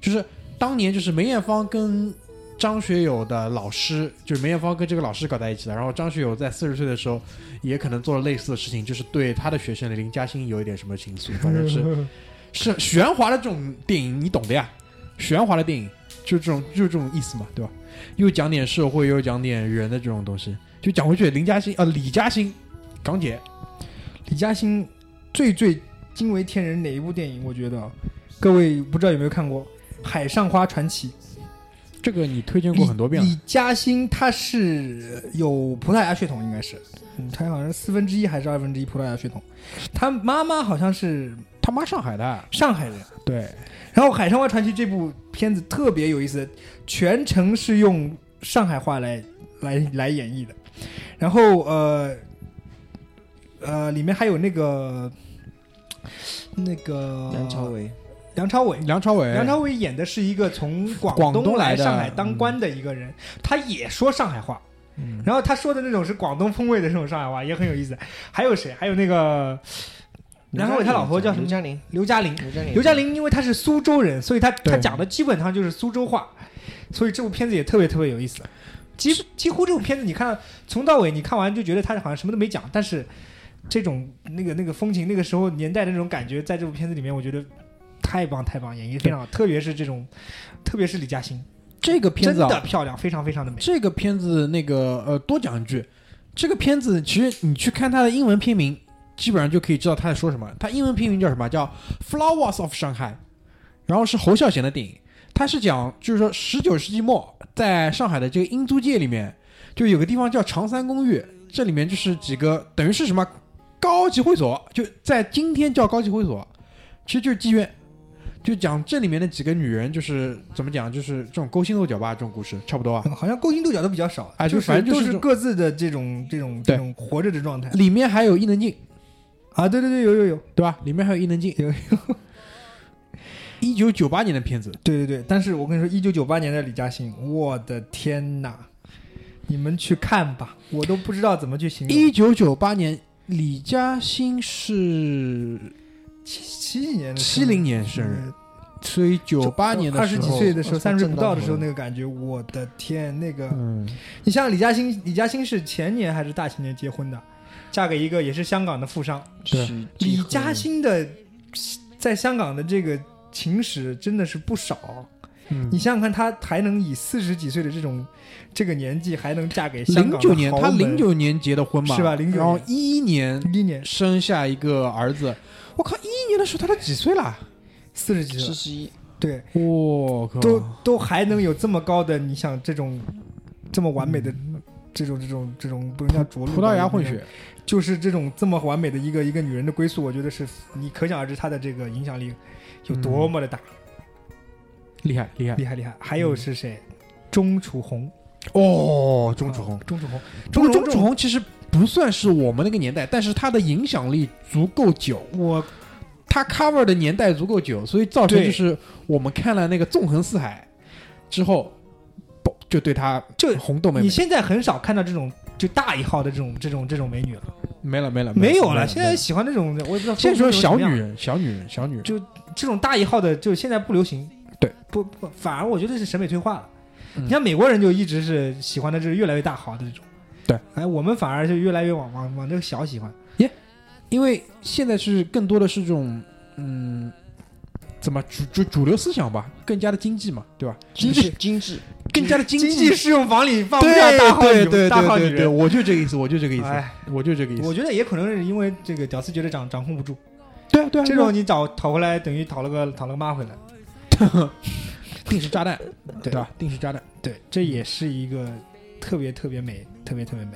[SPEAKER 2] 就是当年就是梅艳芳跟张学友的老师，就是梅艳芳跟这个老师搞在一起的。然后张学友在四十岁的时候，也可能做了类似的事情，就是对他的学生林嘉欣有一点什么情愫，反正是是玄华的这种电影，你懂的呀，玄华的电影就这种就这种意思嘛，对吧？又讲点社会，又讲点人的这种东西。就讲回去，林嘉欣呃，李嘉欣，港姐，
[SPEAKER 3] 李嘉欣最最惊为天人哪一部电影？我觉得各位不知道有没有看过《海上花传奇》。
[SPEAKER 2] 这个你推荐过很多遍了
[SPEAKER 3] 李。李嘉欣她是有葡萄牙血统，应该是，嗯，她好像是四分之一还是二分之一葡萄牙血统。她妈妈好像是
[SPEAKER 2] 他妈上海的，
[SPEAKER 3] 上海人。
[SPEAKER 2] 对，
[SPEAKER 3] 然后《海上花传奇》这部片子特别有意思，全程是用上海话来来来演绎的。然后呃呃，里面还有那个那个
[SPEAKER 4] 梁朝，伟，
[SPEAKER 3] 梁朝伟，
[SPEAKER 2] 梁朝伟，
[SPEAKER 3] 梁朝伟演的是一个从
[SPEAKER 2] 广
[SPEAKER 3] 广
[SPEAKER 2] 东
[SPEAKER 3] 东
[SPEAKER 2] 来
[SPEAKER 3] 来
[SPEAKER 2] 的
[SPEAKER 3] 上海当官的一个人，他也说上海话，
[SPEAKER 2] 嗯
[SPEAKER 3] 然后他说的那种是广东风味的这种上海话，也很有意思。还有谁？还有那个梁朝伟他老婆叫什么
[SPEAKER 4] 刘嘉玲，
[SPEAKER 3] 刘嘉玲。
[SPEAKER 4] 刘嘉玲，
[SPEAKER 3] 刘嘉玲因为她是苏州人，所以她
[SPEAKER 2] 对
[SPEAKER 3] 她讲的基本上就是苏州话，所以这部片子也特别特别有意思。几几乎这部片子你看从到尾，你看完就觉得他好像什么都没讲，但是这种那个那个风情，那个时候年代的那种感觉，在这部片子里面，我觉得太棒太棒，演绎非常好，特别是这种，特别是李嘉欣，
[SPEAKER 2] 这个片
[SPEAKER 3] 真
[SPEAKER 2] 子、
[SPEAKER 3] 的
[SPEAKER 2] 啊，
[SPEAKER 3] 漂亮，非常非常的美。
[SPEAKER 2] 这个片子那个呃，多讲一句，这个片子其实你去看它的英文片名，基本上就可以知道他在说什么。它英文片名叫什么？叫《Flowers of Shanghai》，然后是侯孝贤的电影。它是讲，就是说十九世纪末在上海的这个英租界里面，就有个地方叫长三公寓，这里面就是几个等于是什么高级会所，就在今天叫高级会所，其实就是妓院。就讲这里面的几个女人，就是怎么讲，就是这种勾心斗角吧，这种故事差不多啊。
[SPEAKER 3] 好像勾心斗角都比较少，
[SPEAKER 2] 啊
[SPEAKER 3] 就
[SPEAKER 2] 就反正就是
[SPEAKER 3] 都
[SPEAKER 2] 这
[SPEAKER 3] 是
[SPEAKER 2] 种
[SPEAKER 3] 各自的这种这种
[SPEAKER 2] 对
[SPEAKER 3] 这种活着的状态
[SPEAKER 2] 里面还有伊能静，
[SPEAKER 3] 啊！对对对，有有有，
[SPEAKER 2] 对吧？里面还有伊能静。一九九八年的片子，
[SPEAKER 3] 对对对，但是我跟你说，一九九八年的李嘉欣，我的天哪！你们去看吧，我都不知道怎么去形容。
[SPEAKER 2] 一九九八年，李嘉欣是
[SPEAKER 3] 七七几年的时
[SPEAKER 2] 七
[SPEAKER 3] 候
[SPEAKER 2] 零年生日，所以九八
[SPEAKER 4] 嗯
[SPEAKER 2] 年的
[SPEAKER 3] 二
[SPEAKER 2] 时
[SPEAKER 3] 十
[SPEAKER 2] 候
[SPEAKER 3] 几岁的时候，
[SPEAKER 4] 我操
[SPEAKER 3] 三十
[SPEAKER 4] 正
[SPEAKER 3] 不
[SPEAKER 4] 当
[SPEAKER 3] 到的
[SPEAKER 4] 时
[SPEAKER 3] 时候，
[SPEAKER 4] 候
[SPEAKER 3] 那个感觉，我的天，那个，
[SPEAKER 2] 嗯，
[SPEAKER 3] 你像李嘉欣，李嘉欣是前年还是大前年结婚的，嫁给一个也是香港的富商。
[SPEAKER 2] 对
[SPEAKER 4] 许继
[SPEAKER 3] 李
[SPEAKER 4] 坤
[SPEAKER 3] 嘉欣的在香港的这个情史真的是不少，
[SPEAKER 2] 嗯
[SPEAKER 3] 你想想看，她还能以四十几岁的这种这个年纪，还能嫁给香
[SPEAKER 2] 零
[SPEAKER 3] 港的
[SPEAKER 2] 九年，他
[SPEAKER 3] 豪门
[SPEAKER 2] 零九年结的婚嘛，
[SPEAKER 3] 是吧09
[SPEAKER 2] 然后一一年
[SPEAKER 3] 一年
[SPEAKER 2] 生下一个儿子，我靠，一一年的时候他都几岁了？
[SPEAKER 3] 四十几岁
[SPEAKER 4] 四
[SPEAKER 3] 了，
[SPEAKER 4] 十一，
[SPEAKER 3] 对，
[SPEAKER 2] 我靠，
[SPEAKER 3] 都都还能有这么高的，你想这种这么完美的。这种这种这种不能叫着陆吧，
[SPEAKER 2] 嗯葡萄牙混血，
[SPEAKER 3] 就是这种这么完美的一个一个女人的归宿，我觉得是你可想而知她的这个影响力有多么的大，
[SPEAKER 2] 嗯厉害厉害
[SPEAKER 3] 厉害厉害。还有是谁？钟楚红，
[SPEAKER 2] 哦，钟楚红
[SPEAKER 3] 啊，钟楚红，
[SPEAKER 2] 不过
[SPEAKER 3] 钟
[SPEAKER 2] 钟楚，红其实不算是我们那个年代，但是他的影响力足够久，
[SPEAKER 3] 我
[SPEAKER 2] 他 cover 的年代足够久，所以造成
[SPEAKER 3] 对
[SPEAKER 2] 就是我们看了那个《纵横四海》之后，不就对他
[SPEAKER 3] 就
[SPEAKER 2] 红豆妹妹
[SPEAKER 3] 你现在很少看到这种就大一号的这种这种这种美女了，
[SPEAKER 2] 没了没了
[SPEAKER 3] 没有
[SPEAKER 2] 了，
[SPEAKER 3] 了。现在喜欢这种，我也不知道。
[SPEAKER 2] 现在说小女
[SPEAKER 3] 人。
[SPEAKER 2] 人，小女人，小女人，
[SPEAKER 3] 就这种大一号的，就现在不流行。
[SPEAKER 2] 对，
[SPEAKER 3] 不不，反而我觉得是审美退化了。
[SPEAKER 2] 嗯
[SPEAKER 3] 你像美国人就一直是喜欢的就是越来越大好的这种，
[SPEAKER 2] 对，
[SPEAKER 3] 哎，我们反而就越来越往往往这个小喜欢。
[SPEAKER 2] 因为现在是更多的是这种，嗯，怎么主主主流思想吧，更加的经济嘛，对吧？
[SPEAKER 4] 精
[SPEAKER 2] 就是
[SPEAKER 4] 致精致，
[SPEAKER 2] 更加的经
[SPEAKER 3] 经
[SPEAKER 2] 济
[SPEAKER 3] 济适用房里放不
[SPEAKER 2] 对
[SPEAKER 3] 下大号女
[SPEAKER 2] 对对
[SPEAKER 3] 大号女
[SPEAKER 2] 对对对，
[SPEAKER 3] 人。
[SPEAKER 2] 我就这个意思，我就这个意思，
[SPEAKER 3] 哎，
[SPEAKER 2] 我就这个意思。
[SPEAKER 3] 我觉得也可能是因为这个屌丝觉得掌掌控不住，
[SPEAKER 2] 对啊对啊，
[SPEAKER 3] 这种你找讨回来等于讨了个讨了个妈回来。
[SPEAKER 2] 定时炸弹，
[SPEAKER 3] 对
[SPEAKER 2] 吧？定时炸弹，
[SPEAKER 3] 对，这也是一个特别特别美，特别特别美。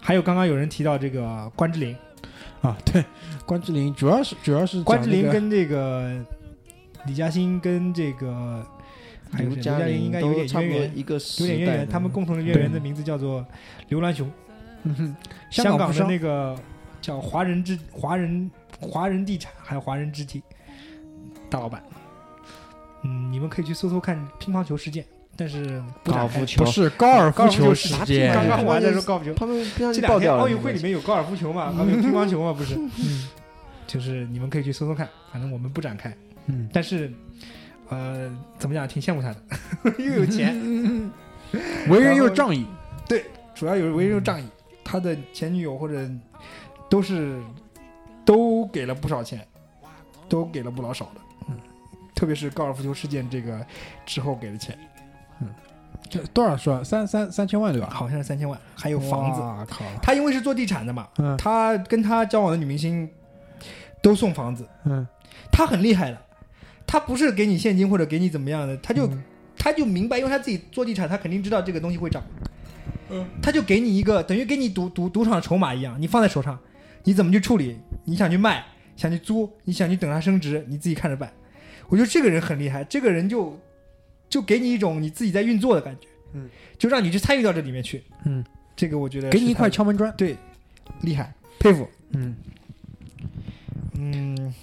[SPEAKER 3] 还有刚刚有人提到这个关之琳，
[SPEAKER 2] 啊，对，关之琳主要是主要是
[SPEAKER 3] 关之琳
[SPEAKER 2] 讲那个
[SPEAKER 3] 跟这个李嘉欣跟这个还有谁
[SPEAKER 4] 刘
[SPEAKER 3] 哎刘嘉
[SPEAKER 4] 玲
[SPEAKER 3] 玲应该有
[SPEAKER 4] 都
[SPEAKER 3] 点
[SPEAKER 4] 差
[SPEAKER 3] 渊
[SPEAKER 4] 不多
[SPEAKER 3] 源，
[SPEAKER 4] 一个
[SPEAKER 3] 有
[SPEAKER 4] 时
[SPEAKER 3] 点渊
[SPEAKER 4] 代
[SPEAKER 3] 源。
[SPEAKER 4] 的
[SPEAKER 3] 他们共同的渊源的名字叫做刘銮雄，
[SPEAKER 2] 嗯哼
[SPEAKER 3] 香
[SPEAKER 2] 港
[SPEAKER 3] 港
[SPEAKER 2] 富
[SPEAKER 3] 的
[SPEAKER 2] 商
[SPEAKER 3] 那个叫华人之华人华人地产还有华人肢体大老板。嗯，你们可以去搜搜看乒乓球事件，但是不
[SPEAKER 4] 高
[SPEAKER 3] 展
[SPEAKER 4] 尔
[SPEAKER 3] 开
[SPEAKER 4] 夫球
[SPEAKER 2] 不，是高尔
[SPEAKER 3] 高
[SPEAKER 2] 夫
[SPEAKER 3] 尔夫
[SPEAKER 2] 球
[SPEAKER 3] 球
[SPEAKER 2] 事
[SPEAKER 4] 是
[SPEAKER 2] 件，
[SPEAKER 3] 刚
[SPEAKER 4] 哎
[SPEAKER 3] 刚
[SPEAKER 4] 他
[SPEAKER 3] 我还
[SPEAKER 4] 们
[SPEAKER 3] 在说高尔夫球，
[SPEAKER 4] 他们不
[SPEAKER 3] 这
[SPEAKER 4] 小心
[SPEAKER 3] 两
[SPEAKER 4] 爆
[SPEAKER 3] 天
[SPEAKER 4] 掉了。
[SPEAKER 3] 奥运会里面有高尔夫球嘛，啊，有乒乓球嘛，不是？
[SPEAKER 2] 嗯
[SPEAKER 3] 就是你们可以去搜搜看，反正我们不展开。
[SPEAKER 2] 嗯，
[SPEAKER 3] 但是，呃，怎么讲，挺羡慕他的，又有钱，
[SPEAKER 2] 为人又仗义，
[SPEAKER 3] 主要有为人又仗义，他的前女友或者都是都给了不少钱，都给了不老少的，
[SPEAKER 2] 嗯
[SPEAKER 3] 特别是高尔夫球事件这个之后给的钱，
[SPEAKER 2] 这多少说三三三千万对吧？
[SPEAKER 3] 好像是三千万，还有房子。
[SPEAKER 2] 哇靠，
[SPEAKER 3] 他因为是做地产的嘛，
[SPEAKER 2] 嗯
[SPEAKER 3] 他跟他交往的女明星都送房子，
[SPEAKER 2] 嗯，
[SPEAKER 3] 他很厉害的，他不是给你现金或者给你怎么样的，他就、
[SPEAKER 2] 嗯
[SPEAKER 3] 他就明白，因为他自己做地产，他肯定知道这个东西会涨，嗯，他就给你一个等于给你赌赌赌场的筹码一样，你放在手上，你怎么去处理？你想去卖，想去租，你想去等它升值，你自己看着办。我觉得这个人很厉害，这个人就就给你一种你自己在运作的感觉，
[SPEAKER 2] 嗯，
[SPEAKER 3] 就让你去参与到这里面去，
[SPEAKER 2] 嗯，
[SPEAKER 3] 这个我觉得
[SPEAKER 2] 给你
[SPEAKER 3] 是
[SPEAKER 2] 一
[SPEAKER 3] 他
[SPEAKER 2] 块
[SPEAKER 3] 的，
[SPEAKER 2] 敲门砖，
[SPEAKER 3] 对，厉害，佩服，
[SPEAKER 2] 嗯。
[SPEAKER 3] 嗯，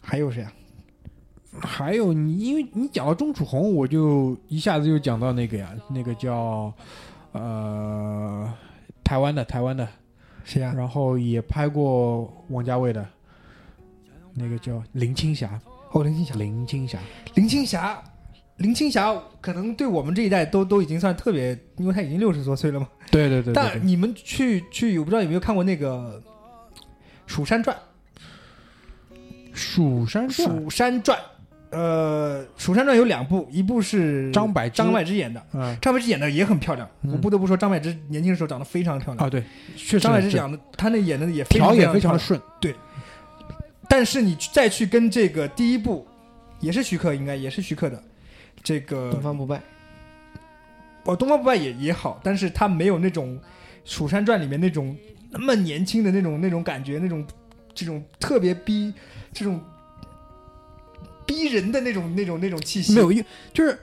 [SPEAKER 3] 还有谁啊？
[SPEAKER 2] 还有你，因为你讲到钟楚红，我就一下子就讲到那个呀，那个叫呃台湾的台湾的，
[SPEAKER 3] 谁啊呀、
[SPEAKER 2] 然后也拍过王家卫的，那个叫林青霞，
[SPEAKER 3] 哦，林青霞。
[SPEAKER 2] 林青霞，
[SPEAKER 3] 林青霞，林青霞可能对我们这一代都都已经算特别，因为她已经六十多岁了嘛。
[SPEAKER 2] 对对对对
[SPEAKER 3] 但你们去去，我不知道有没有看过那个《蜀山传
[SPEAKER 2] 蜀山》？
[SPEAKER 3] 《
[SPEAKER 2] 传，
[SPEAKER 3] 蜀山传》呃，《蜀山传》有两部，一部是
[SPEAKER 2] 张柏芝
[SPEAKER 3] 张柏芝演的，
[SPEAKER 2] 嗯
[SPEAKER 3] 张柏芝演的也很漂亮。
[SPEAKER 2] 嗯
[SPEAKER 3] 我不得不说，张柏芝年轻的时候长得非常漂亮。
[SPEAKER 2] 啊对，确实
[SPEAKER 3] 张柏芝
[SPEAKER 2] 是
[SPEAKER 3] 讲的，她那演的也非常
[SPEAKER 2] 调也非
[SPEAKER 3] 非
[SPEAKER 2] 常的
[SPEAKER 3] 常漂亮。
[SPEAKER 2] 顺，
[SPEAKER 3] 但是你再去跟这个第一部，也是徐克，应该也是徐克的这个
[SPEAKER 4] 东方不败，
[SPEAKER 3] 哦，东方不败也也好，但是他没有那种《蜀山传》里面那种那么年轻的那种那种感觉，那种这种特别逼这种逼人的那种那种那种气息。
[SPEAKER 2] 没有，一就是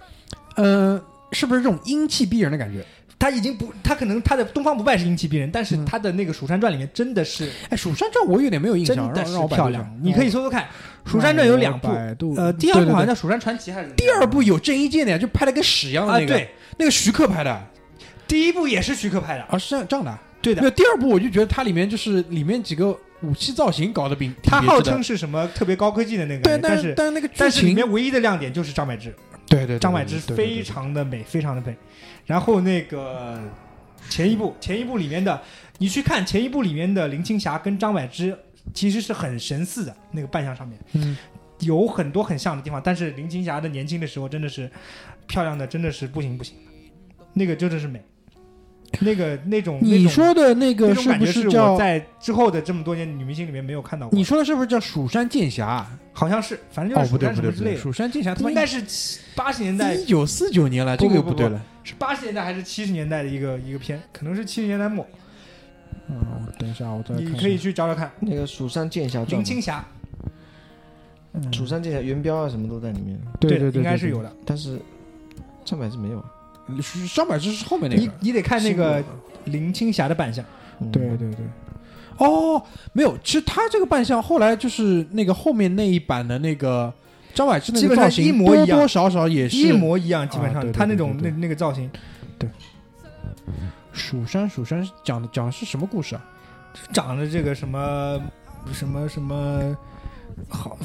[SPEAKER 2] 呃，是不是这种英气逼人的感觉？
[SPEAKER 3] 他已经不，他可能他的东方不败是英气逼人，但是
[SPEAKER 2] 嗯
[SPEAKER 3] 他的那个《蜀山传》里面真的是、
[SPEAKER 2] 哎，蜀山传我有点没有印
[SPEAKER 3] 真
[SPEAKER 2] 象，
[SPEAKER 3] 的
[SPEAKER 2] 让
[SPEAKER 3] 是
[SPEAKER 2] 让我百度
[SPEAKER 3] 漂
[SPEAKER 2] 一下
[SPEAKER 3] 亮。哦你可以搜搜看，《蜀山传》有两部，
[SPEAKER 2] 部
[SPEAKER 3] 呃，第二部好像叫《蜀山传奇》还是
[SPEAKER 2] 第二部有郑伊健的呀，就拍了跟屎一样的
[SPEAKER 3] 啊，
[SPEAKER 2] 那个，
[SPEAKER 3] 对，
[SPEAKER 2] 那个徐克拍的，
[SPEAKER 3] 第一部也是徐克拍的，
[SPEAKER 2] 啊是这样这样的啊，
[SPEAKER 3] 对
[SPEAKER 2] 没有第二部我就觉得它里面就是里面几个武器造型搞得比
[SPEAKER 3] 它
[SPEAKER 2] 挺别
[SPEAKER 3] 号
[SPEAKER 2] 致的
[SPEAKER 3] 称是什么特别高科技的那个，
[SPEAKER 2] 对，
[SPEAKER 3] 但
[SPEAKER 2] 是
[SPEAKER 3] 是
[SPEAKER 2] 但是那个剧
[SPEAKER 3] 但是里
[SPEAKER 2] 情
[SPEAKER 3] 面唯一的亮点就是张柏芝，
[SPEAKER 2] 对对对
[SPEAKER 3] 张柏芝
[SPEAKER 2] 对对对
[SPEAKER 3] 非常的美，非常的美。然后那个前一部，前一部里面的，你去看前一部里面的林青霞跟张柏芝其实是很神似的，那个扮相上面
[SPEAKER 2] 嗯
[SPEAKER 3] 有很多很像的地方，但是林青霞的年轻的时候真的是漂亮的，真的是不行不行的，那个真的是美，那个那种那
[SPEAKER 2] 你
[SPEAKER 3] 种
[SPEAKER 2] 说的那
[SPEAKER 3] 那
[SPEAKER 2] 个
[SPEAKER 3] 种
[SPEAKER 2] 是
[SPEAKER 3] 感
[SPEAKER 2] 不
[SPEAKER 3] 觉
[SPEAKER 2] 叫
[SPEAKER 3] 我在之后的这么多年女明星里面没有看到过？
[SPEAKER 2] 你说的是不是叫蜀山剑侠？
[SPEAKER 3] 好像是，反正就
[SPEAKER 2] 哦，不
[SPEAKER 3] 是蜀
[SPEAKER 2] 对
[SPEAKER 3] 山
[SPEAKER 2] 不
[SPEAKER 3] 什
[SPEAKER 2] 对
[SPEAKER 3] 么
[SPEAKER 2] 不
[SPEAKER 3] 之
[SPEAKER 2] 对，
[SPEAKER 3] 类的，
[SPEAKER 2] 蜀山剑侠他妈
[SPEAKER 3] 应该是八十年代
[SPEAKER 2] 一九四九年了，这个又
[SPEAKER 3] 不不不
[SPEAKER 2] 对了。
[SPEAKER 3] 是八十年代还是七十年代的一个一个片，可能是七十年代末，
[SPEAKER 2] 嗯，我等一下我再看一
[SPEAKER 3] 你
[SPEAKER 2] 下。
[SPEAKER 3] 可以去找找看。
[SPEAKER 4] 那个《蜀山剑侠传
[SPEAKER 3] 林》青霞
[SPEAKER 2] 嗯
[SPEAKER 4] 《蜀山剑侠》元彪啊什么都在里面，
[SPEAKER 2] 对对，
[SPEAKER 3] 应该是有
[SPEAKER 2] 的。
[SPEAKER 3] 的。
[SPEAKER 4] 但是张柏芝没有啊。
[SPEAKER 2] 张柏芝是后面那
[SPEAKER 3] 你
[SPEAKER 2] 个，
[SPEAKER 3] 你得看那
[SPEAKER 2] 新
[SPEAKER 3] 个林青霞的扮相，
[SPEAKER 4] 嗯
[SPEAKER 2] 对对对。哦，没有，其实他这个扮相后来就是那个后面那一版的那个张柏芝那
[SPEAKER 3] 基
[SPEAKER 2] 个
[SPEAKER 3] 本上
[SPEAKER 2] 造型，
[SPEAKER 3] 一模一样
[SPEAKER 2] 多多少少也是
[SPEAKER 3] 一模一样，基本
[SPEAKER 2] 啊对
[SPEAKER 3] 上
[SPEAKER 2] 对
[SPEAKER 3] 她那
[SPEAKER 2] 对
[SPEAKER 3] 种
[SPEAKER 2] 对
[SPEAKER 3] 那那个造型，
[SPEAKER 2] 蜀山，蜀山讲的讲的是什么故事啊？
[SPEAKER 3] 长得这个什么什么什么好。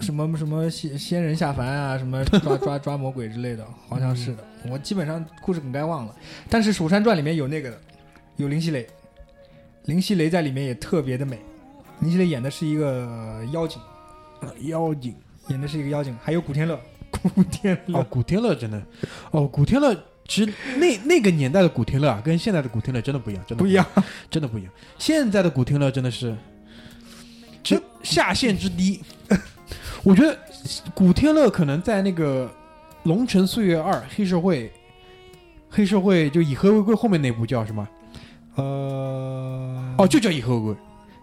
[SPEAKER 3] 什么什么仙仙人下凡啊，什么抓抓抓魔鬼之类的，好像是的。我基本上故事梗概忘了，但是《蜀山传》里面有那个的，有林熙蕾，林熙蕾在里面也特别的美。林熙蕾演的是一个呃妖精，
[SPEAKER 2] 妖精
[SPEAKER 3] 演的是一个妖精，还有古天乐，古天
[SPEAKER 2] 哦
[SPEAKER 3] 乐，，
[SPEAKER 2] 古天乐真的，哦，古天乐其实那那个年代的古天乐啊，跟现在的古天乐真的不一样，真的
[SPEAKER 3] 不一样，
[SPEAKER 2] 真的不一样。现在的古天乐真的是，这下限之低， 我觉得古天乐可能在那个《龙城岁月二》黑社会，黑社会就以和为贵后面那部叫什么？
[SPEAKER 3] 呃，嗯
[SPEAKER 2] 哦，，就叫以和为贵。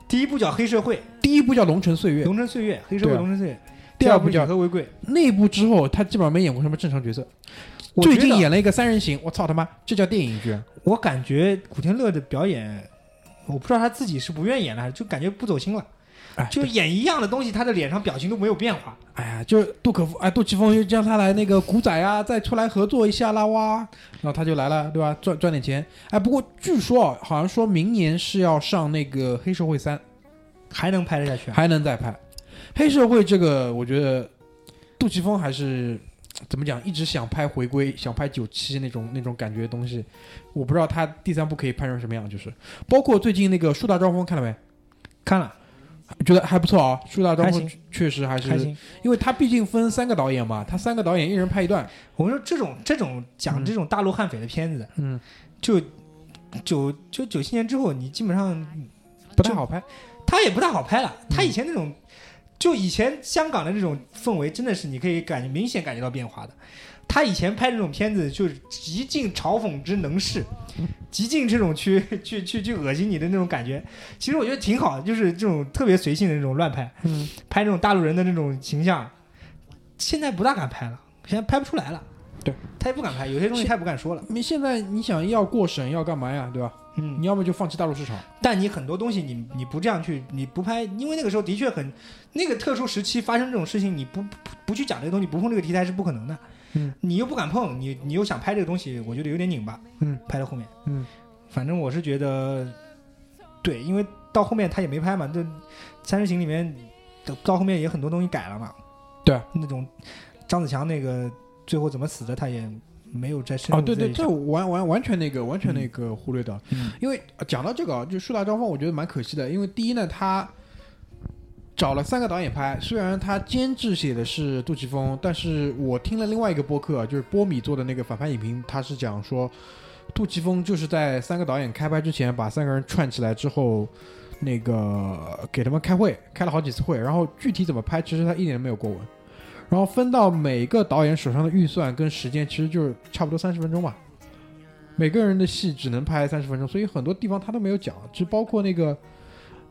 [SPEAKER 3] 第一部叫黑社会，
[SPEAKER 2] 第一部叫《龙城岁
[SPEAKER 3] 《
[SPEAKER 2] 月》，
[SPEAKER 3] 龙城岁月》，黑社会
[SPEAKER 2] 对
[SPEAKER 3] 《
[SPEAKER 2] 啊
[SPEAKER 3] 龙城岁月》，
[SPEAKER 2] 第二
[SPEAKER 3] 二
[SPEAKER 2] 部
[SPEAKER 3] 以
[SPEAKER 2] 叫
[SPEAKER 3] 和为贵。
[SPEAKER 2] 那部之后他基本上没演过什么正常角色，
[SPEAKER 3] 我
[SPEAKER 2] 最
[SPEAKER 3] 觉
[SPEAKER 2] 近
[SPEAKER 3] 得啊
[SPEAKER 2] 演了一个三人行，我操他妈，这叫电影居啊然！
[SPEAKER 3] 我感觉古天乐的表演，我不知道他自己是不愿意演了，还是就感觉不走心了，
[SPEAKER 2] 哎，
[SPEAKER 3] 就演一样的东西，他的脸上表情都没有变化。
[SPEAKER 2] 哎呀，就是杜可风，哎，杜琪峰就叫他来那个古仔啊，再出来合作一下啦哇，然后他就来了，对吧？赚赚点钱。哎，不过据说啊，好像说明年是要上那个《黑社会三》，
[SPEAKER 3] 还能拍得下去啊？
[SPEAKER 2] 还能再拍。黑社会这个，我觉得杜琪峰还是怎么讲，一直想拍回归，想拍九七那种那种感觉的东西。我不知道他第三部可以拍成什么样，就是包括最近那个《树大招风》看了没？
[SPEAKER 3] 看了，
[SPEAKER 2] 觉得还不错啊，《树大招
[SPEAKER 3] 还
[SPEAKER 2] 风
[SPEAKER 3] 行》
[SPEAKER 2] 确实还是
[SPEAKER 3] 还行。
[SPEAKER 2] 因为他毕竟分三个导演嘛，他三个导演一人拍一段，
[SPEAKER 3] 我们说这种这种讲
[SPEAKER 2] 嗯
[SPEAKER 3] 这种大陆悍匪的片子，
[SPEAKER 2] 嗯，
[SPEAKER 3] 就九就九七年之后，你基本上
[SPEAKER 2] 不太好拍。
[SPEAKER 3] 他也不太好拍了。他以前那种，就以前香港的那种氛围，真的是你可以感觉明显感觉到变化的。他以前拍这种片子，就是极尽嘲讽之能事，极尽这种去 去去去恶心你的那种感觉。其实我觉得挺好的，就是这种特别随性的那种乱拍，
[SPEAKER 2] 嗯，
[SPEAKER 3] 拍这种大陆人的那种形象，现在不大敢拍了，现在拍不出来了。
[SPEAKER 2] 对，
[SPEAKER 3] 他也不敢拍，有些东西他也不敢说了。
[SPEAKER 2] 你现在你想要过审要干嘛呀，对吧？
[SPEAKER 3] 嗯，
[SPEAKER 2] 你要么就放弃大陆市场，
[SPEAKER 3] 但你很多东西你你不这样去，你不拍，因为那个时候的确很，那个特殊时期发生这种事情，你不不不去讲这个东西，不碰这个题材是不可能的。
[SPEAKER 2] 嗯，
[SPEAKER 3] 你又不敢碰，你你又想拍这个东西，我觉得有点拧巴。
[SPEAKER 2] 嗯，
[SPEAKER 3] 拍到后面，
[SPEAKER 2] 嗯，
[SPEAKER 3] 反正我是觉得，对，因为到后面他也没拍嘛，这《三人行》里面到到后面也很多东西改了嘛。
[SPEAKER 2] 对啊，
[SPEAKER 3] 那种张子强那个最后怎么死的，他也没有再深入
[SPEAKER 2] 啊，对对，
[SPEAKER 3] 再
[SPEAKER 2] 这完完完全那个完全那个忽略掉。
[SPEAKER 3] 嗯
[SPEAKER 2] 因为、呃讲到这个啊，就《树大招风》，我觉得蛮可惜的。因为第一呢，他找了三个导演拍，虽然他监制写的是杜琪峰，但是我听了另外一个播客啊，就是波米做的那个反派影评，他是讲说杜琪峰就是在三个导演开拍之前，把三个人串起来之后。那个呃给他们开会，开了好几次会，然后具体怎么拍，其实他一点都没有过问。然后分到每个导演手上的预算跟时间，其实就是差不多三十分钟吧。每个人的戏只能拍三十分钟，所以很多地方他都没有讲，就包括那个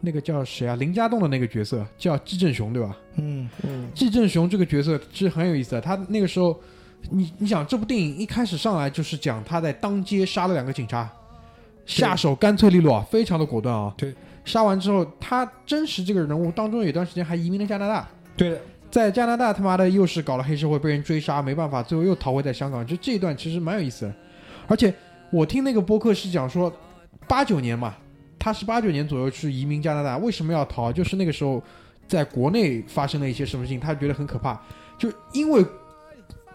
[SPEAKER 2] 那个叫谁啊，林家栋的那个角色叫季振雄，对吧？
[SPEAKER 3] 嗯
[SPEAKER 4] 嗯，
[SPEAKER 2] 季振雄这个角色是很有意思的，他那个时候，你你想这部电影一开始上来就是讲他在当街杀了两个警察，下手干脆利落啊，非常的果断啊。
[SPEAKER 3] 对，
[SPEAKER 2] 杀完之后，他真实这个人物当中有段时间还移民了加拿大，
[SPEAKER 3] 对的，
[SPEAKER 2] 在加拿大他妈的又是搞了黑社会，被人追杀，没办法，最后又逃回在香港。就这一段其实蛮有意思的，而且我听那个播客是讲说，八九年嘛，他他是八九年左右去移民加拿大，为什么要逃？就是那个时候在国内发生了一些什么事情，他觉得很可怕，就因为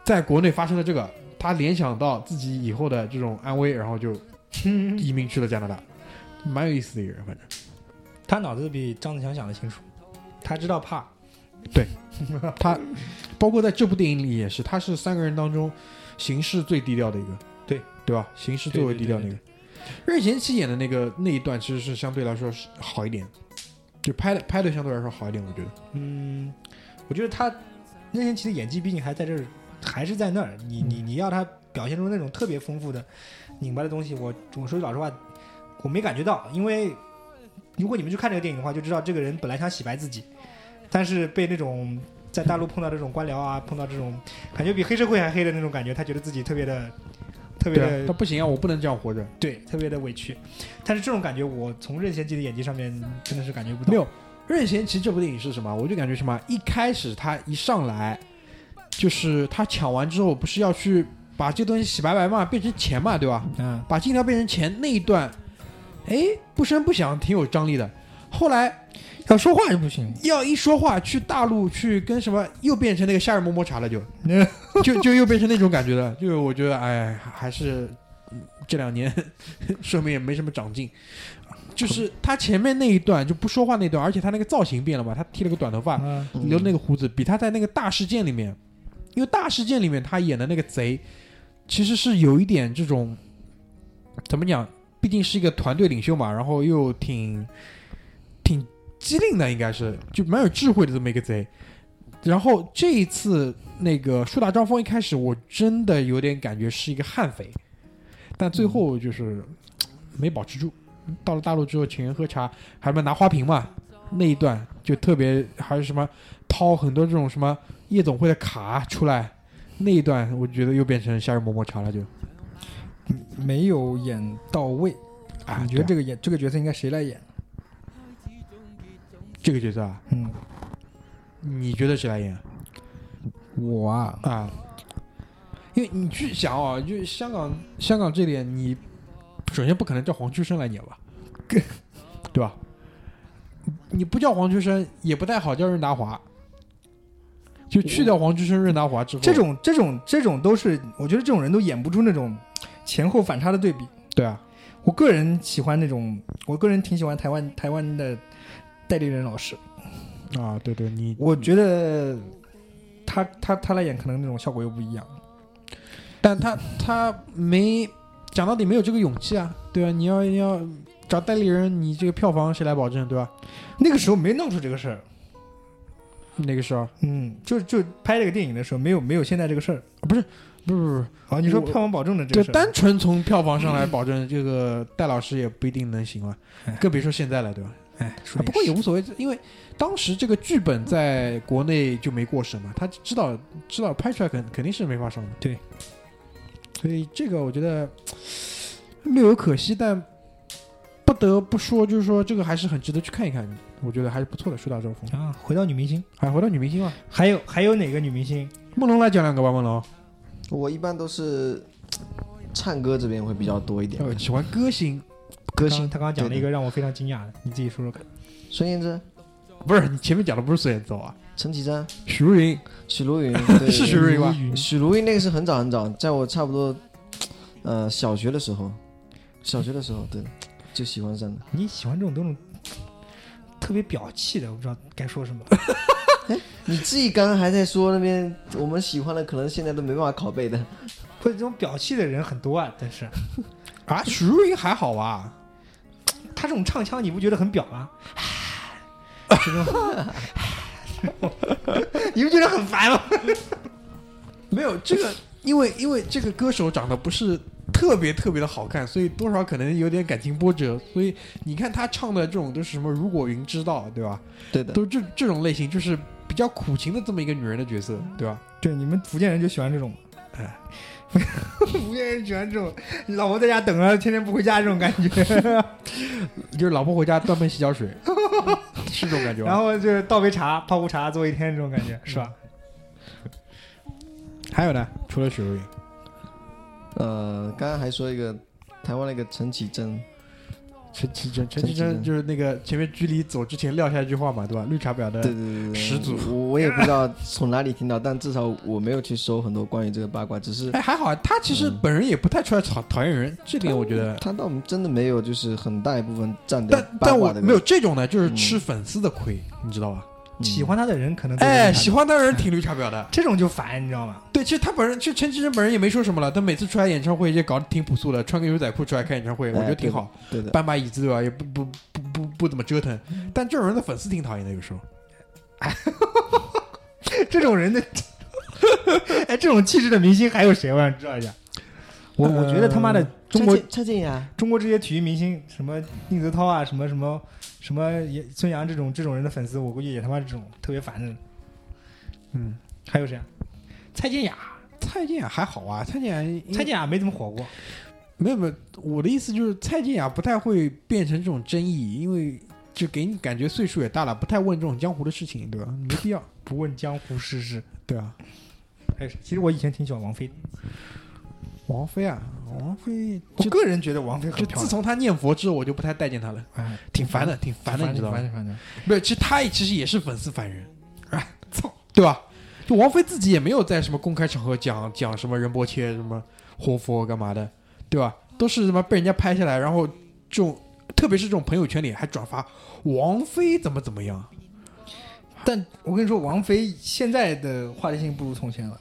[SPEAKER 2] 在国内发生了这个，他联想到自己以后的这种安危，然后就 移民去了加拿大，蛮有意思的一个人，反正
[SPEAKER 3] 他脑子比张子强想的清楚，他知道怕。
[SPEAKER 2] 他包括在这部电影里也是，他是三个人当中行事最低调的一个，
[SPEAKER 3] 对
[SPEAKER 2] 对吧？行事最为低调的一个。任贤齐演的那个那一段其实是相对来说是好一点，就拍的拍的相对来说好一点，我觉得。
[SPEAKER 3] 嗯，我觉得他任贤齐的演技毕竟还在这儿，还是在那儿。你
[SPEAKER 2] 嗯
[SPEAKER 3] 你你要他表现出那种特别丰富的、拧巴的东西，我我说句老实话，我没感觉到，因为如果你们去看这个电影的话，就知道这个人本来想洗白自己，但是被那种在大陆碰到这种官僚啊，碰到这种感觉比黑社会还黑的那种感觉，他觉得自己特别的。特别
[SPEAKER 2] 对啊，
[SPEAKER 3] 的
[SPEAKER 2] 他不行啊，我不能这样活着。
[SPEAKER 3] 对，特别的委屈，但是这种感觉我从任贤齐的演技上面真的是感觉不到。
[SPEAKER 2] 没有，任贤齐这部电影是什么？我就感觉什么，一开始他一上来，就是他抢完之后，不是要去把这东西洗白白嘛，变成钱嘛，对吧？
[SPEAKER 3] 嗯，
[SPEAKER 2] 把金条变成钱那一段，哎，不声不响，挺有张力的。后来
[SPEAKER 3] 要说话就不行，
[SPEAKER 2] 要一说话，去大陆去跟什么，又变成那个夏日么么茶了就，就就又变成那种感觉了。就我觉得，哎，还是嗯这两年 说明也没什么长进。就是他前面那一段就不说话那段，而且他那个造型变了嘛，他剃了个短头发，
[SPEAKER 3] 嗯
[SPEAKER 2] 留那个胡子，比他在那个大事件里面，因为大事件里面他演的那个贼，其实是有一点这种，怎么讲？毕竟是一个团队领袖嘛，然后又挺挺机灵的，应该是就蛮有智慧的这么一个贼。然后这一次那个树大招风，一开始我真的有点感觉是一个悍匪，但最后就是没保持住。到了大陆之后，请人喝茶，还有拿花瓶嘛，那一段就特别还是什么掏很多这种什么夜总会的卡出来，那一段我觉得又变成夏日么么茶了就，
[SPEAKER 3] 没有演到位。
[SPEAKER 2] 啊，
[SPEAKER 3] 嗯你觉得
[SPEAKER 2] 对
[SPEAKER 3] 这个演这个角色应该谁来演？
[SPEAKER 2] 这个角色啊，
[SPEAKER 3] 嗯，
[SPEAKER 2] 你觉得谁来演啊
[SPEAKER 3] 我啊，
[SPEAKER 2] 啊？因为你去想啊，就是香港香港这点，你首先不可能叫黄秋生来演吧， 对吧？你不叫黄秋生，也不太好叫任达华，就去掉黄秋生、任达华之后，
[SPEAKER 3] 这种这种这种都是，我觉得这种人都演不出那种前后反差的对比。
[SPEAKER 2] 对啊，
[SPEAKER 3] 我个人喜欢那种，我个人挺喜欢台湾台湾的戴立人老师，
[SPEAKER 2] 啊，对对，你
[SPEAKER 3] 我觉得他他他来演可能那种效果又不一样。
[SPEAKER 2] 但他他没讲到底没有这个勇气啊，对啊，你要你要找代理人，你这个票房谁来保证，对吧？
[SPEAKER 3] 那个时候没弄出这个事儿，
[SPEAKER 2] 那个时候啊
[SPEAKER 3] 嗯，就就拍这个电影的时候没有没有现在这个事儿。
[SPEAKER 2] 不不不，
[SPEAKER 3] 啊，你说
[SPEAKER 2] 我
[SPEAKER 3] 票房保证的这
[SPEAKER 2] 就
[SPEAKER 3] 个事儿，
[SPEAKER 2] 单纯从票房上来保证，这个戴老师也不一定能行了
[SPEAKER 3] 哎，
[SPEAKER 2] 更别说现在了，对吧？
[SPEAKER 3] 哎，
[SPEAKER 2] 啊不过也无所谓，因为当时这个剧本在国内就没过审嘛，他知道知道拍出来肯肯定是没法上的。
[SPEAKER 3] 对，
[SPEAKER 2] 所以这个我觉得略有可惜，但不得不说，就是说这个还是很值得去看一看，我觉得还是不错的。树大招风，
[SPEAKER 3] 啊，回到女明星，
[SPEAKER 2] 哎，回到女明星吧，
[SPEAKER 3] 还有还有哪个女明星？
[SPEAKER 2] 梦龙来讲两个吧，梦龙，
[SPEAKER 4] 我一般都是唱歌这边会比较多一点，
[SPEAKER 2] 呃喜欢歌星，
[SPEAKER 4] 歌
[SPEAKER 3] 哦刚
[SPEAKER 4] 星
[SPEAKER 3] 他刚刚讲了
[SPEAKER 4] 对
[SPEAKER 3] 一
[SPEAKER 4] 对
[SPEAKER 3] 个让我非常惊讶的，你自己说说看。
[SPEAKER 4] 孙燕姿、
[SPEAKER 2] 不是你前面讲的不是孙燕姿啊，
[SPEAKER 4] 陈绮贞、
[SPEAKER 2] 许茹芸
[SPEAKER 4] 许 茹芸，对
[SPEAKER 2] 是许茹芸吧？
[SPEAKER 4] 许茹芸那个是很早很早，在我差不多呃小学的时候，小学的时候对就喜欢上了。
[SPEAKER 3] 你喜欢这种这种特别表气的，我不知道该说什么。
[SPEAKER 4] 你自己刚刚还在说那边我们喜欢的，可能现在都没办法拷贝的。
[SPEAKER 3] 会这种表气的人很多啊，但是
[SPEAKER 2] 啊，许茹芸还好吧？
[SPEAKER 3] 他这种唱腔你不觉得很表吗？ 这种 你不觉得很烦吗？
[SPEAKER 2] 没有这 个，因为因为这个歌手长得不是特别特别的好看，所以多少可能有点感情波折。所以你看他唱的这种都是什么“如果云知道”，对吧？
[SPEAKER 4] 对的，
[SPEAKER 2] 都这这种类型，就是比较苦情的这么一个女人的角色，对吧？
[SPEAKER 3] 对，你们福建人就喜欢这种。
[SPEAKER 2] 哎
[SPEAKER 3] 福建人喜欢这种老婆在家等啊，天天不回家这种感觉，
[SPEAKER 2] 就是老婆回家端杯洗脚 水，是这种感觉
[SPEAKER 3] 然
[SPEAKER 2] 吧？
[SPEAKER 3] 后就是倒杯茶、泡壶茶坐一天这种感觉，是吧？
[SPEAKER 2] 还有呢，除了许茹芸，
[SPEAKER 4] 呃，刚刚还说一个台湾那个陈绮贞，
[SPEAKER 2] 陈绮贞，陈
[SPEAKER 4] 陈
[SPEAKER 2] 绮
[SPEAKER 4] 绮
[SPEAKER 2] 贞
[SPEAKER 4] 贞
[SPEAKER 2] 就是那个前面居里走之前撂下一句话嘛，对吧？绿茶婊的
[SPEAKER 4] 对对对对，
[SPEAKER 2] 始祖
[SPEAKER 4] 我我也不知道从哪里听到，但至少我没有去搜很多关于这个八卦，只是
[SPEAKER 2] 哎，还好啊，他其实本人也不太出来讨讨厌人，这点我觉得。
[SPEAKER 4] 他倒真的没有，就是很大一部分占掉
[SPEAKER 2] 但
[SPEAKER 4] 八
[SPEAKER 2] 但
[SPEAKER 4] 卦
[SPEAKER 2] 我
[SPEAKER 4] 的位置。
[SPEAKER 2] 没有这种呢，就是吃粉丝的亏，你知道吧？
[SPEAKER 4] 嗯
[SPEAKER 3] 喜欢他的人可能都
[SPEAKER 2] 哎，
[SPEAKER 3] 是
[SPEAKER 2] 喜欢他的人挺绿茶婊 的。
[SPEAKER 3] 这种就烦，你知道吗？
[SPEAKER 2] 对，其实他本人，其实陈绮贞本人也没说什么了。他每次出来演唱会也搞得挺朴素的，穿个牛仔裤出来开演唱会，我觉得挺好，
[SPEAKER 4] 对的，
[SPEAKER 2] 搬把椅子对吧？也不不不不不怎么折腾。但这种人的粉丝挺讨厌的，有时候。
[SPEAKER 3] 这种人的， 哎，这种气质的明星还有谁？我想知道一下。我我觉得他妈的
[SPEAKER 2] 呃
[SPEAKER 3] 中国
[SPEAKER 4] 蔡健蔡健雅，
[SPEAKER 3] 中国这些体育明星，什么宁泽涛啊，什么什么什么也孙杨这种这种人的粉丝，我估计也他妈这种特别烦人。
[SPEAKER 2] 嗯，
[SPEAKER 3] 还有谁啊？蔡健雅，
[SPEAKER 2] 蔡健雅还好啊，蔡健雅
[SPEAKER 3] 蔡健雅没怎么火过。
[SPEAKER 2] 没有没有，我的意思就是蔡健雅不太会变成这种争议，因为就给你感觉岁数也大了，不太问这种江湖的事情，对吧？没必要，
[SPEAKER 3] 不问江湖世事。
[SPEAKER 2] 对啊。
[SPEAKER 3] 还有谁？其实我以前挺喜欢王菲的，
[SPEAKER 2] 王菲啊，王菲
[SPEAKER 3] 我
[SPEAKER 2] 就
[SPEAKER 3] 个人觉得王菲很
[SPEAKER 2] 就
[SPEAKER 3] 漂
[SPEAKER 2] 自
[SPEAKER 3] 亮。
[SPEAKER 2] 从她念佛之后，我就不太待见她了，
[SPEAKER 3] 哎，
[SPEAKER 2] 挺烦的，挺烦的，你知道吗
[SPEAKER 3] 烦？烦的。
[SPEAKER 2] 没有，其实她也其实也是粉丝烦人，哎， 操，对吧？就王菲自己也没有在什么公开场合讲讲什么仁波切什么活佛干嘛的，对吧？都是什么被人家拍下来，然后这种特别是这种朋友圈里还转发王菲怎么怎么样，
[SPEAKER 3] 但我跟你说，王菲现在的话题性不如从前了。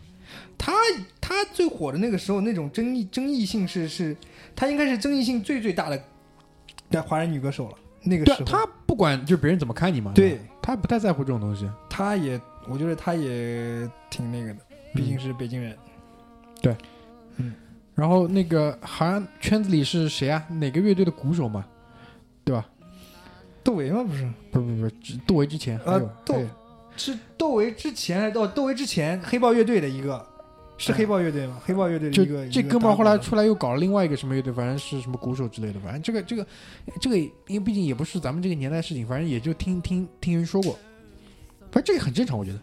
[SPEAKER 3] 她她最火的那个时候，那种争议争议性是是，她应该是争议性最最大的的华人女歌手了。那个
[SPEAKER 2] 对啊
[SPEAKER 3] 时候，
[SPEAKER 2] 她不管就别人怎么看你嘛，
[SPEAKER 3] 对
[SPEAKER 2] 吧，她不太在乎这种东西，
[SPEAKER 3] 她也，我觉得她也挺那个的，毕
[SPEAKER 2] 嗯
[SPEAKER 3] 竟是北京人。
[SPEAKER 2] 然后那个好像圈子里是谁啊？哪个乐队的鼓手嘛？对吧？
[SPEAKER 3] 窦唯吗？不是，
[SPEAKER 2] 不是不是不是，之窦唯之前还
[SPEAKER 3] 呃
[SPEAKER 2] 有
[SPEAKER 3] 窦
[SPEAKER 2] 还有
[SPEAKER 3] 是窦唯之前还是哦，窦唯之前黑豹乐队的一个，是
[SPEAKER 2] 嗯
[SPEAKER 3] 黑豹乐队吗？黑豹乐队的
[SPEAKER 2] 就
[SPEAKER 3] 一个。
[SPEAKER 2] 这
[SPEAKER 3] 一个
[SPEAKER 2] 哥们儿
[SPEAKER 3] 搭
[SPEAKER 2] 后来
[SPEAKER 3] 档
[SPEAKER 2] 出来又搞了另外一个什么乐队，反正是什么鼓手之类的，反正这个这个这个，因为毕竟也不是咱们这个年代的事情，反正也就听听听人说过，反正这个很正常，我觉得。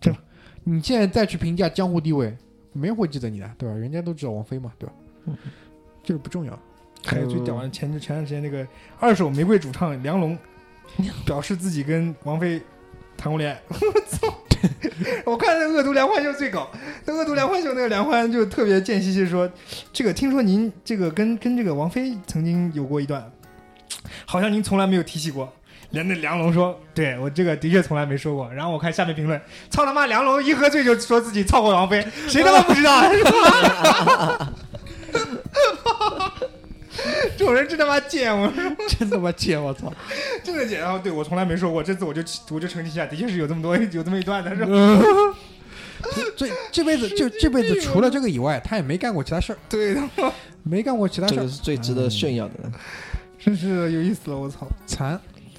[SPEAKER 3] 对
[SPEAKER 2] 吧？你现在再去评价江湖地位，没人会记得你的，对吧？人家都知道王菲嘛，对吧？这个不重要。
[SPEAKER 3] 还有最屌的，前前段时间那个二手玫瑰主唱梁龙，表示自己跟王菲谈过恋爱。 我操！我看那恶毒梁欢秀最搞，那恶毒梁欢秀那个梁欢就特别贱兮兮地说：“这个听说您这个跟跟这个王菲曾经有过一段，好像您从来没有提起过。”连那梁龙说：“对我这个的确从来没说过。”然后我看下面评论：“操他妈，梁龙一喝醉就说自己操过王菲，谁他妈不知道？” 这种人真他妈贱！我
[SPEAKER 2] 真他妈贱，我操！
[SPEAKER 3] 真的姐，然后对我从来没说过，这次我就我就澄清一下，的确是有这么多 有这么一段的，是
[SPEAKER 2] 嗯
[SPEAKER 3] 吧？
[SPEAKER 2] 这这辈子就这辈子除了这个以外，他也没干过其他事儿，
[SPEAKER 3] 对的，
[SPEAKER 2] 没干过其他
[SPEAKER 4] 这
[SPEAKER 2] 事儿
[SPEAKER 4] 个，是最值得炫耀的了。
[SPEAKER 3] 真是有意思了，我操！
[SPEAKER 2] 惨，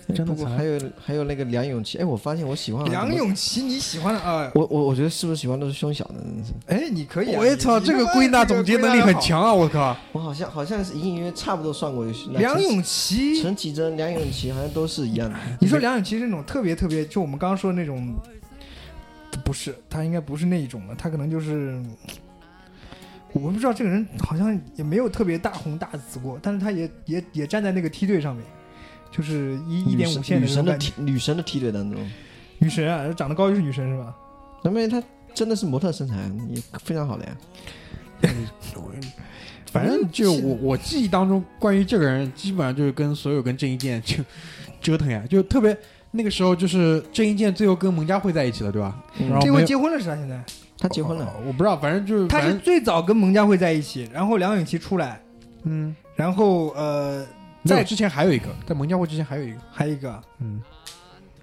[SPEAKER 2] 真的
[SPEAKER 4] 不过还
[SPEAKER 2] 惨。
[SPEAKER 4] 有还有那个梁咏琪，哎，我发现我喜
[SPEAKER 2] 嗯
[SPEAKER 4] 欢
[SPEAKER 3] 梁
[SPEAKER 4] 咏，
[SPEAKER 3] 咏琪，你喜欢的啊？
[SPEAKER 4] 我我我觉得是不是喜欢都是胸小的，真的是。
[SPEAKER 3] 哎，你可以、啊，
[SPEAKER 2] 我操，
[SPEAKER 3] 你
[SPEAKER 2] 这个归纳总结能力很。强啊！我靠，
[SPEAKER 4] 我好像好像是隐隐约差不多算过有
[SPEAKER 3] 你这个归纳得好梁咏
[SPEAKER 4] 陈
[SPEAKER 3] 琪，
[SPEAKER 4] 陈绮贞、梁咏琪好像都是一样的。
[SPEAKER 3] 你说梁咏琪是那种特别特别，就我们刚刚说的那种，不是，她应该不是那一种的，她可能就是。我不知道这个人好像也没有特别大红大紫过，但是他也也也站在那个梯队上面，就是一 一
[SPEAKER 4] 女
[SPEAKER 3] 点
[SPEAKER 4] 神
[SPEAKER 3] 五线
[SPEAKER 4] 女
[SPEAKER 3] 那种
[SPEAKER 4] 神的
[SPEAKER 3] 感觉
[SPEAKER 4] 梯女神的梯队当中，
[SPEAKER 3] 女神啊，长得高就是女神是吧？
[SPEAKER 4] 那么她真的是模特身材，也非常好的呀。
[SPEAKER 2] 反正就我我记忆当中，关于这个人，基本上就是跟所有跟郑伊健就折腾呀，就特别那个时候，就是郑伊健最后跟蒙嘉慧在一起了，对吧？
[SPEAKER 4] 嗯
[SPEAKER 2] 然后
[SPEAKER 3] 这
[SPEAKER 2] 没
[SPEAKER 3] 回
[SPEAKER 2] 有
[SPEAKER 3] 结婚了是吧？现在
[SPEAKER 4] 她结婚了，
[SPEAKER 2] 哦我不知道，反正就是
[SPEAKER 3] 他
[SPEAKER 2] 反
[SPEAKER 3] 是
[SPEAKER 2] 正
[SPEAKER 3] 最早跟蒙嘉慧在一起，然后梁咏琪出来，
[SPEAKER 2] 嗯，
[SPEAKER 3] 然后呃，
[SPEAKER 2] 在
[SPEAKER 3] 在
[SPEAKER 2] 之前还有一个，在蒙嘉慧之前还有一个，
[SPEAKER 3] 还有一个
[SPEAKER 2] 嗯，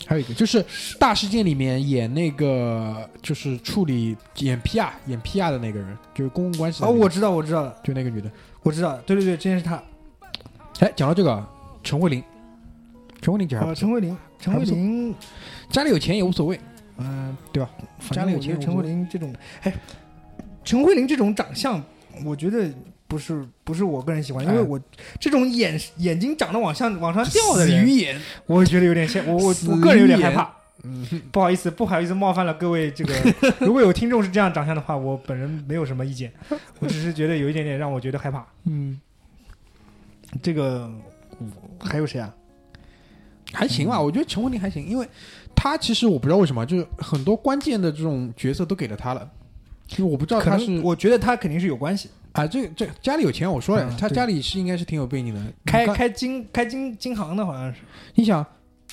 [SPEAKER 2] 还有一个就是大事件里面演那个就是处理演 PR 演 PR 的那个人，就是公共关系的
[SPEAKER 3] 哦，
[SPEAKER 2] 那个
[SPEAKER 3] 我知道，我知道了，
[SPEAKER 2] 就那个女的。
[SPEAKER 3] 我知道了，对对对，之前是他，
[SPEAKER 2] 哎，讲到这个啊，陈慧琳，陈慧琳讲
[SPEAKER 3] 呃，陈慧琳，陈慧琳，
[SPEAKER 2] 家里有钱也无所谓，
[SPEAKER 3] 嗯，
[SPEAKER 2] 对吧？
[SPEAKER 3] 反
[SPEAKER 2] 家
[SPEAKER 3] 正
[SPEAKER 2] 里有
[SPEAKER 3] 我觉
[SPEAKER 2] 钱无
[SPEAKER 3] 得陈
[SPEAKER 2] 所
[SPEAKER 3] 慧
[SPEAKER 2] 谓。
[SPEAKER 3] 琳这种，哎，陈慧琳这种长相，我觉得不是不是我个人喜欢，因为
[SPEAKER 2] 哎
[SPEAKER 3] 我这种眼眼睛长得往上往上掉的
[SPEAKER 2] 死
[SPEAKER 3] 人
[SPEAKER 2] 鱼，眼，
[SPEAKER 3] 我觉得有点像，我我
[SPEAKER 2] 死
[SPEAKER 3] 我个人有点
[SPEAKER 2] 鱼
[SPEAKER 3] 害
[SPEAKER 2] 眼
[SPEAKER 3] 怕。
[SPEAKER 2] 嗯，
[SPEAKER 3] 不好意思，不好意思，冒犯了各位。 这个如果有听众是这样长相的话，我本人没有什么意嗯见，我只是觉得有一点点让我觉得害怕。
[SPEAKER 2] 嗯，
[SPEAKER 3] 这个还有谁啊？
[SPEAKER 2] 还行啊
[SPEAKER 3] 嗯
[SPEAKER 2] 吧，我觉得陈伟霆还行，因为他其实我不知道为什么，就是很多关键的这种角色都给了他了，因为我不知道
[SPEAKER 3] 可
[SPEAKER 2] 他
[SPEAKER 3] 能
[SPEAKER 2] 是
[SPEAKER 3] 我觉得他肯定是有关系。
[SPEAKER 2] 啊，这这家里有钱，我说了，
[SPEAKER 3] 嗯
[SPEAKER 2] 他
[SPEAKER 3] 对
[SPEAKER 2] 家里是应该是挺有背景的。你
[SPEAKER 3] 开
[SPEAKER 2] 看，
[SPEAKER 3] 开金开金金行的好像是，
[SPEAKER 2] 你想《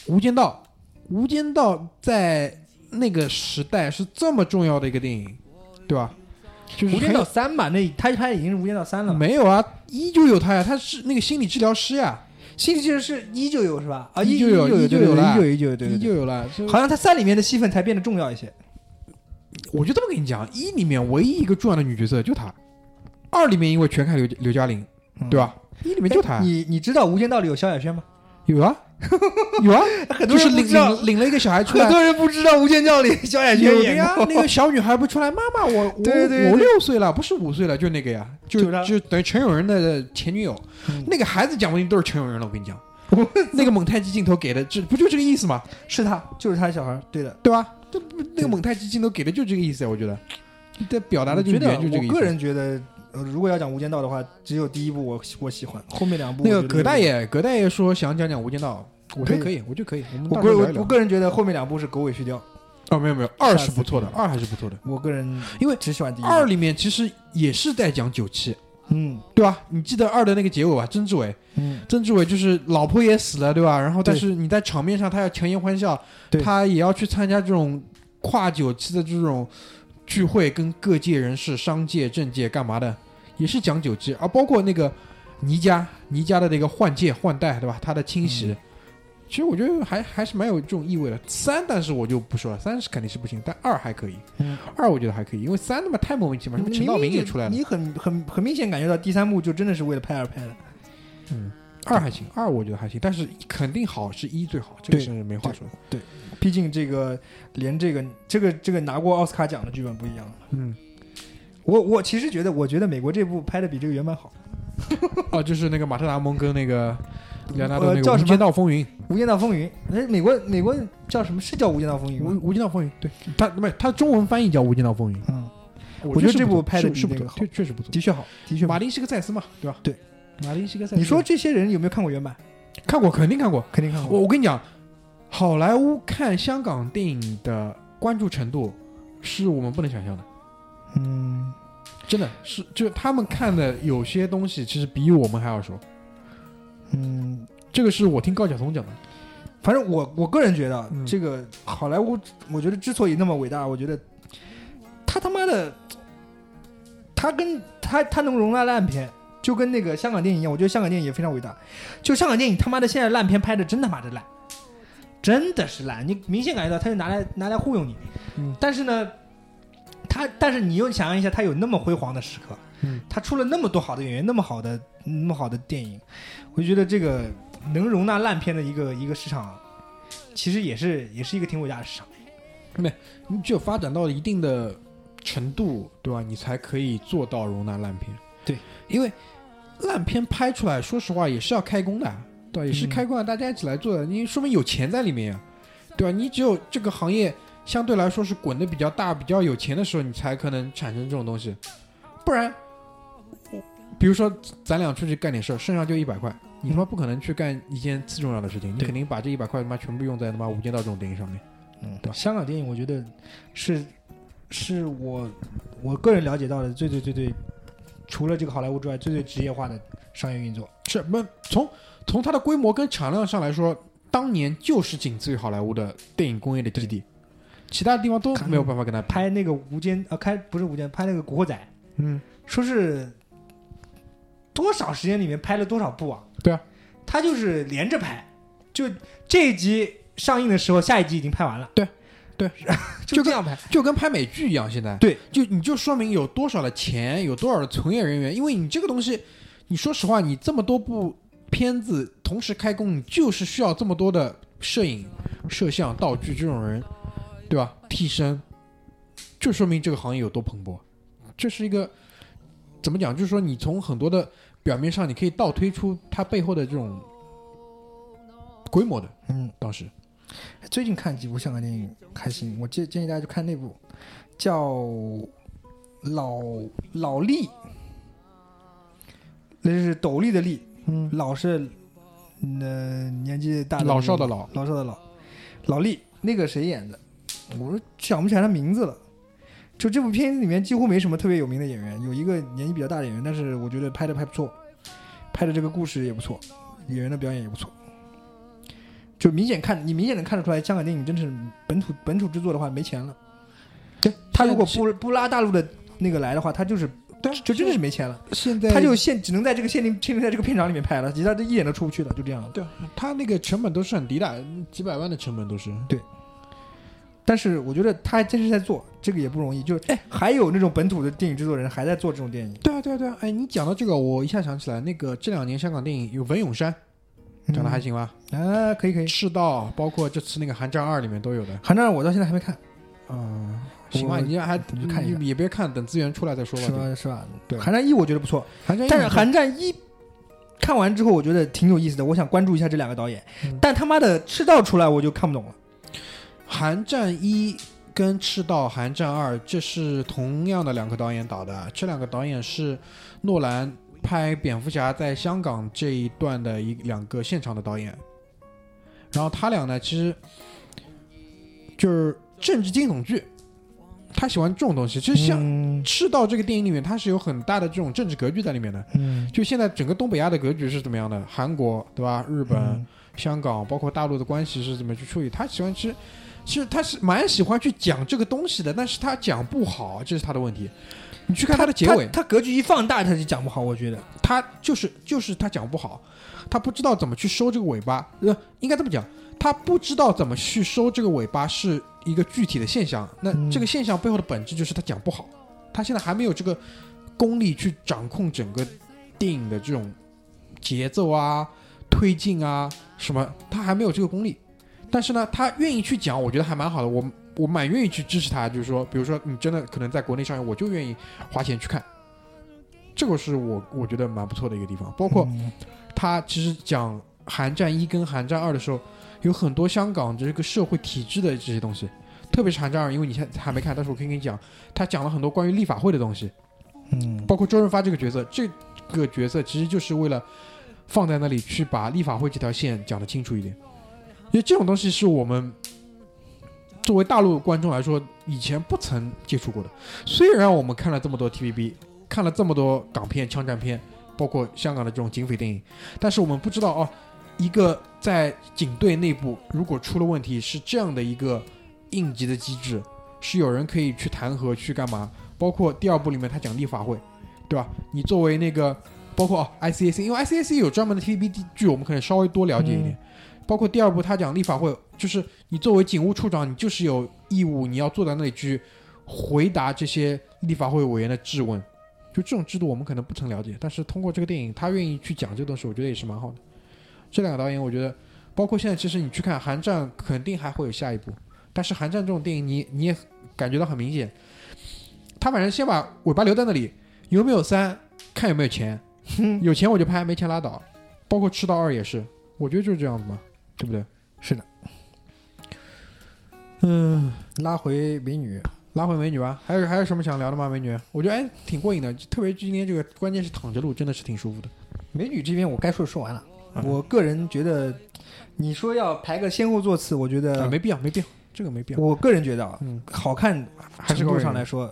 [SPEAKER 2] 无间道》，《无间道》在那个时代是这么重要的一个电影，对吧？就是
[SPEAKER 3] 《无间
[SPEAKER 2] 很
[SPEAKER 3] 道三》吧？那他拍的已经是《无间道三》了嘛？
[SPEAKER 2] 嗯没有啊，依旧有他呀，他是那个心理治疗师呀，
[SPEAKER 3] 心理就是是依旧有是吧？啊，
[SPEAKER 2] 依
[SPEAKER 3] 依
[SPEAKER 2] 旧有
[SPEAKER 3] 有
[SPEAKER 2] 依旧有
[SPEAKER 3] 有
[SPEAKER 2] 啦
[SPEAKER 3] 依旧有依旧有对
[SPEAKER 2] 依
[SPEAKER 3] 对
[SPEAKER 2] 旧
[SPEAKER 3] 对。
[SPEAKER 2] 有了。所以
[SPEAKER 3] 好像他三里面的戏份才变得重要一些。
[SPEAKER 2] 我就这么跟你讲，一里面唯一一个重要的女角色就她，二里面因为全看刘刘嘉玲，
[SPEAKER 3] 嗯
[SPEAKER 2] 对吧？一里面就她
[SPEAKER 3] 哎你你知道《无间道》里有萧亚轩吗？
[SPEAKER 2] 有啊， 有啊，
[SPEAKER 3] 很
[SPEAKER 2] 就
[SPEAKER 3] 多
[SPEAKER 2] 是
[SPEAKER 3] 人不
[SPEAKER 2] 领
[SPEAKER 3] 知道，
[SPEAKER 2] 领领了一个小孩出
[SPEAKER 3] 很
[SPEAKER 2] 来，
[SPEAKER 3] 多人不知道《无间道》里萧亚轩
[SPEAKER 2] 有的
[SPEAKER 3] 演
[SPEAKER 2] 呀，
[SPEAKER 3] 过
[SPEAKER 2] 那个小女孩不出来，妈妈，我我
[SPEAKER 3] 对对对
[SPEAKER 2] 我六岁了，不是五岁了，就那个呀，就
[SPEAKER 3] 就她
[SPEAKER 2] 就等于陈永仁的前女友，
[SPEAKER 3] 嗯
[SPEAKER 2] 那个孩子讲不定都是陈永仁了，我跟你 讲，那个蒙太奇镜头给的，这不就这个意思吗？
[SPEAKER 3] 是他，就是他小孩儿，对的。
[SPEAKER 2] 对吧？这不那个蒙太奇镜头给的就这个意思呀，我觉得，这表达的
[SPEAKER 3] 我
[SPEAKER 2] 就是
[SPEAKER 3] 觉得
[SPEAKER 2] 原就这个意
[SPEAKER 3] 我
[SPEAKER 2] 思。
[SPEAKER 3] 个人觉得，呃如果要讲《无间道》的话，只有第一部我喜我喜欢，后面两部
[SPEAKER 2] 那个
[SPEAKER 3] 我觉得
[SPEAKER 2] 葛大，爷，葛大爷说想讲讲《无间道》，我觉得
[SPEAKER 3] 可
[SPEAKER 2] 可
[SPEAKER 3] 以
[SPEAKER 2] 以，我觉得可以，我们
[SPEAKER 3] 我
[SPEAKER 2] 到时
[SPEAKER 3] 个
[SPEAKER 2] 候聊一
[SPEAKER 3] 我我
[SPEAKER 2] 聊。
[SPEAKER 3] 个人觉得后面两部是狗尾续貂。
[SPEAKER 2] 哦，没有没有，二
[SPEAKER 3] 下
[SPEAKER 2] 是
[SPEAKER 3] 次
[SPEAKER 2] 不错的，
[SPEAKER 3] 可以
[SPEAKER 2] 二还是不错的。
[SPEAKER 3] 我个人
[SPEAKER 2] 因为
[SPEAKER 3] 只喜欢第一部
[SPEAKER 2] 二，里面其实也是在讲九七，
[SPEAKER 3] 嗯
[SPEAKER 2] 对吧？你记得二的那个结尾吧？曾志伟
[SPEAKER 3] 嗯，
[SPEAKER 2] 曾志伟就是老婆也死了，对吧？然后但
[SPEAKER 3] 对
[SPEAKER 2] 是你在场面上，他要强颜欢笑
[SPEAKER 3] 对，
[SPEAKER 2] 他也要去参加这种跨九七的这种聚会，跟各界人士、商界、政界干嘛的，也是讲九七啊。包括那个倪家，倪家的那个换届换代，对吧？他的侵
[SPEAKER 3] 嗯
[SPEAKER 2] 袭，其实我觉得还还是蛮有这种意味的。三，但是我就不说了，三是肯定是不行，但二还可以，
[SPEAKER 3] 嗯
[SPEAKER 2] 二我觉得还可以，因为三他妈太莫名其妙，什么陈道明也出来了
[SPEAKER 3] 你，很很很明显感觉到第三部就真的是为了拍而拍的。
[SPEAKER 2] 嗯。二还行，二我觉得还行，但是肯定好是一最好，这个
[SPEAKER 3] 对
[SPEAKER 2] 是没话说的。
[SPEAKER 3] 毕竟这个连这个这个这个拿过奥斯卡奖的剧本不一样。
[SPEAKER 2] 嗯，
[SPEAKER 3] 我我其实觉得，我觉得美国这部拍的比这个原版好，
[SPEAKER 2] 哦，就是那个马特·达蒙跟那个莱昂纳多
[SPEAKER 3] 呃
[SPEAKER 2] 那个
[SPEAKER 3] 叫
[SPEAKER 2] 《
[SPEAKER 3] 什
[SPEAKER 2] 无
[SPEAKER 3] 么
[SPEAKER 2] 间道风云》
[SPEAKER 3] 《无间道风云》哎，美国美国叫什么是叫《无间道风云》吗？
[SPEAKER 2] 无无间道风云，对，他没有他中文翻译叫《无间道风云》，
[SPEAKER 3] 嗯，
[SPEAKER 2] 我
[SPEAKER 3] 我觉得
[SPEAKER 2] 是
[SPEAKER 3] 这
[SPEAKER 2] 不
[SPEAKER 3] 部
[SPEAKER 2] 错
[SPEAKER 3] 拍
[SPEAKER 2] 是
[SPEAKER 3] 得比
[SPEAKER 2] 是不
[SPEAKER 3] 那
[SPEAKER 2] 错
[SPEAKER 3] 个，好
[SPEAKER 2] 确确实不错。
[SPEAKER 3] 的确好，的确好。
[SPEAKER 2] 马丁·施克塞斯嘛，对吧？
[SPEAKER 3] 对，
[SPEAKER 2] 马丁·施克塞斯，
[SPEAKER 3] 你说这些人有没有看过原版？
[SPEAKER 2] 看过肯定看过，
[SPEAKER 3] 肯定看
[SPEAKER 2] 我
[SPEAKER 3] 过。
[SPEAKER 2] 我跟你讲，好莱坞看香港电影的关注程度是我们不能想象的。
[SPEAKER 3] 嗯，
[SPEAKER 2] 真的是，就他们看的有些东西，其实比我们还要熟。
[SPEAKER 3] 嗯，
[SPEAKER 2] 这个是我听高晓松讲的。
[SPEAKER 3] 反正我我个人觉得啊
[SPEAKER 2] 嗯
[SPEAKER 3] 这个好莱坞，我觉得之所以那么伟大，我觉得他他妈的，他跟他他能容纳烂片，就跟那个香港电影一样，我觉得香港电影也非常伟大。就香港电影他妈的现在烂片拍的真他妈的烂，真的是烂，你明显感觉到他就拿来拿来忽悠你。
[SPEAKER 2] 嗯
[SPEAKER 3] 但是呢，他但是你又想象一下，他有那么辉煌的时刻，
[SPEAKER 2] 嗯
[SPEAKER 3] 他出了那么多好的演员，那么好的那么好的电影，我就觉得这个能容纳烂片的一个一个市场，啊其实也是也是一个挺伟大的市场。
[SPEAKER 2] 你只有发展到一定的程度，对吧？你才可以做到容纳烂片。
[SPEAKER 3] 对，
[SPEAKER 2] 因为烂片拍出来，说实话也是要开工的，对吧，也是
[SPEAKER 3] 嗯
[SPEAKER 2] 开工的，大家一起来做的，你说明有钱在里面呀，对吧？你只有这个行业相对来说是滚的比较大、比较有钱的时候，你才可能产生这种东西，不然，比如说咱俩出去干点事儿，身上就一百块。你他妈不可能去干一件次重要的事情，你
[SPEAKER 3] 嗯对
[SPEAKER 2] 肯定把这一百块他妈全部用在他妈《无间道》这种电影上面。
[SPEAKER 3] 嗯
[SPEAKER 2] 对吧
[SPEAKER 3] 香港电影我觉得是是我我个人了解到的最最最最，除了这个好莱坞之外，最最职业化的商业运作。
[SPEAKER 2] 是不从从它的规模跟产量上来说，当年就是仅次于好莱坞的电影工业的基地，其他地方都没有办法跟它比。
[SPEAKER 3] 拍那个《无间》呃，开不是《无间》，拍那个《古惑仔》，
[SPEAKER 2] 嗯，
[SPEAKER 3] 说是多少时间里面拍了多少部啊？
[SPEAKER 2] 对啊，
[SPEAKER 3] 他就是连着拍，就这一集上映的时候，下一集已经拍完了。
[SPEAKER 2] 对，对，
[SPEAKER 3] 就这样拍。
[SPEAKER 2] 就跟拍美剧一样，现在
[SPEAKER 3] 对，
[SPEAKER 2] 就你就说明有多少的钱，有多少的从业人员，因为你这个东西，你说实话，你这么多部片子同时开工，你就是需要这么多的摄影、摄像、道具这种人，对吧？替身，就说明这个行业有多蓬勃。这是一个怎么讲？就是说，你从很多的表面上，你可以倒推出它背后的这种规模的。
[SPEAKER 3] 嗯，
[SPEAKER 2] 当时
[SPEAKER 3] 最近看几部香港电影还行，我建建议大家去看那部叫《老老力》，那是斗笠的笠，
[SPEAKER 2] 嗯
[SPEAKER 3] 老是那年纪大
[SPEAKER 2] 老少的老，
[SPEAKER 3] 老少的老，老力那个谁演的，我说想不起来他名字了。就这部片子里面几乎没什么特别有名的演员，有一个年纪比较大的演员，但是我觉得拍的还不错，拍的这个故事也不错，演员的表演也不错。就明显看，你明显能看得出来，香港电影真是本土本土制作的话没钱了。对，他如果不不拉大陆的那个来的话，他就是
[SPEAKER 2] 对啊
[SPEAKER 3] 就真的是没钱了。
[SPEAKER 2] 现在
[SPEAKER 3] 他就限只能在这个限定限定在这个片场里面拍了，其他的一点都出不去了，就这样了。
[SPEAKER 2] 对他那个成本都是很低的，几百万的成本都是。
[SPEAKER 3] 但是我觉得他还真是在做，这个也不容易。就是还有那种本土的电影制作人还在做这种电影，
[SPEAKER 2] 对啊，对啊，对啊！哎，你讲到这个，我一下想起来，那个这两年香港电影有文咏珊，长得还行吧？
[SPEAKER 3] 嗯啊，可以可以。
[SPEAKER 2] 赤道，包括这次那个《寒战二》里面都有的。
[SPEAKER 3] 韩战我到现在还没看，
[SPEAKER 2] 嗯，行吧，
[SPEAKER 3] 哦我
[SPEAKER 2] 你还
[SPEAKER 3] 你去看一下
[SPEAKER 2] 你也别看，等资源出来再说吧。
[SPEAKER 3] 是吧是吧？
[SPEAKER 2] 对
[SPEAKER 3] 韩战一我觉得不错，
[SPEAKER 2] 寒战一
[SPEAKER 3] 但是韩战一看完之后我觉得挺有意思的，我想关注一下这两个导演。
[SPEAKER 2] 嗯
[SPEAKER 3] 但他妈的赤道出来我就看不懂了。
[SPEAKER 2] 寒战一跟赤道寒战二，这是同样的两个导演导的。这两个导演是诺兰拍蝙蝠侠在香港这一段的一两个现场的导演。然后他俩呢，其实就是政治惊悚剧，他喜欢这种东西。其实像
[SPEAKER 3] 嗯
[SPEAKER 2] 赤道这个电影里面，它是有很大的这种政治格局在里面的。
[SPEAKER 3] 嗯
[SPEAKER 2] 就现在整个东北亚的格局是怎么样的？韩国对吧？日本、
[SPEAKER 3] 嗯
[SPEAKER 2] 香港，包括大陆的关系是怎么去处理？他喜欢吃，其实他是蛮喜欢去讲这个东西的，但是他讲不好，这是他的问题。你去看他的结尾，
[SPEAKER 3] 他他格局一放大他就讲不好，我觉得。
[SPEAKER 2] 他就是就是他讲不好，他不知道怎么去收这个尾巴。呃，应该这么讲，他不知道怎么去收这个尾巴是一个具体的现象。那
[SPEAKER 3] 嗯
[SPEAKER 2] 这个现象背后的本质就是他讲不好，他现在还没有这个功力去掌控整个电影的这种节奏啊、推进啊什么，他还没有这个功力。但是呢，他愿意去讲，我觉得还蛮好的。我我蛮愿意去支持他，就是说，比如说你真的可能在国内上映，我就愿意花钱去看。这个是我我觉得蛮不错的一个地方。包括
[SPEAKER 3] 嗯
[SPEAKER 2] 他其实讲韩战一跟韩战二的时候，有很多香港这个社会体制的这些东西，特别是韩战二，因为你现在还没看，但是我可以跟你讲，他讲了很多关于立法会的东西，
[SPEAKER 3] 嗯
[SPEAKER 2] 包括周润发这个角色，这个角色其实就是为了放在那里去把立法会这条线讲得清楚一点，因为这种东西是我们作为大陆观众来说以前不曾接触过的。虽然我们看了这么多 TVB，看了这么多港片、枪战片，包括香港的这种警匪电影，但是我们不知道哦，一个在警队内部如果出了问题，是这样的一个应急的机制，是有人可以去弹劾、去干嘛。包括第二部里面他讲立法会，对吧？你作为那个，包括、哦、ICAC，因为 ICAC 有专门的 TVB 剧，我们可能稍微多了解一点。包括第二部他讲立法会，就是你作为警务处长，你就是有义务，你要坐在那里去回答这些立法会委员的质问。就这种制度，我们可能不曾了解，但是通过这个电影，他愿意去讲这个东西，我觉得也是蛮好的。这两个导演，我觉得，包括现在，其实你去看《寒战》，肯定还会有下一部，但是《寒战》这种电影你，你也感觉到很明显，他反正先把尾巴留在那里，有没有三，看有没有 钱，有钱我就拍，没钱拉倒。包括《赤道二》也是，我觉得就是这样子嘛，对不对？
[SPEAKER 3] 是的，
[SPEAKER 2] 嗯，
[SPEAKER 3] 拉回美女，
[SPEAKER 2] 拉回美女吧，还有还有什么想聊的吗？美女，我觉得哎挺过瘾的，就特别今天这个关键是躺着录，真的是挺舒服的。
[SPEAKER 3] 美女这边我该说的说完了。我个人觉得，你说要排个先后座次，我觉
[SPEAKER 2] 啊
[SPEAKER 3] 得
[SPEAKER 2] 没必要，没必要，这个没必要。
[SPEAKER 3] 我个人觉得啊，
[SPEAKER 2] 嗯，
[SPEAKER 3] 好看
[SPEAKER 2] 还是
[SPEAKER 3] 程
[SPEAKER 2] 个
[SPEAKER 3] 度上来说，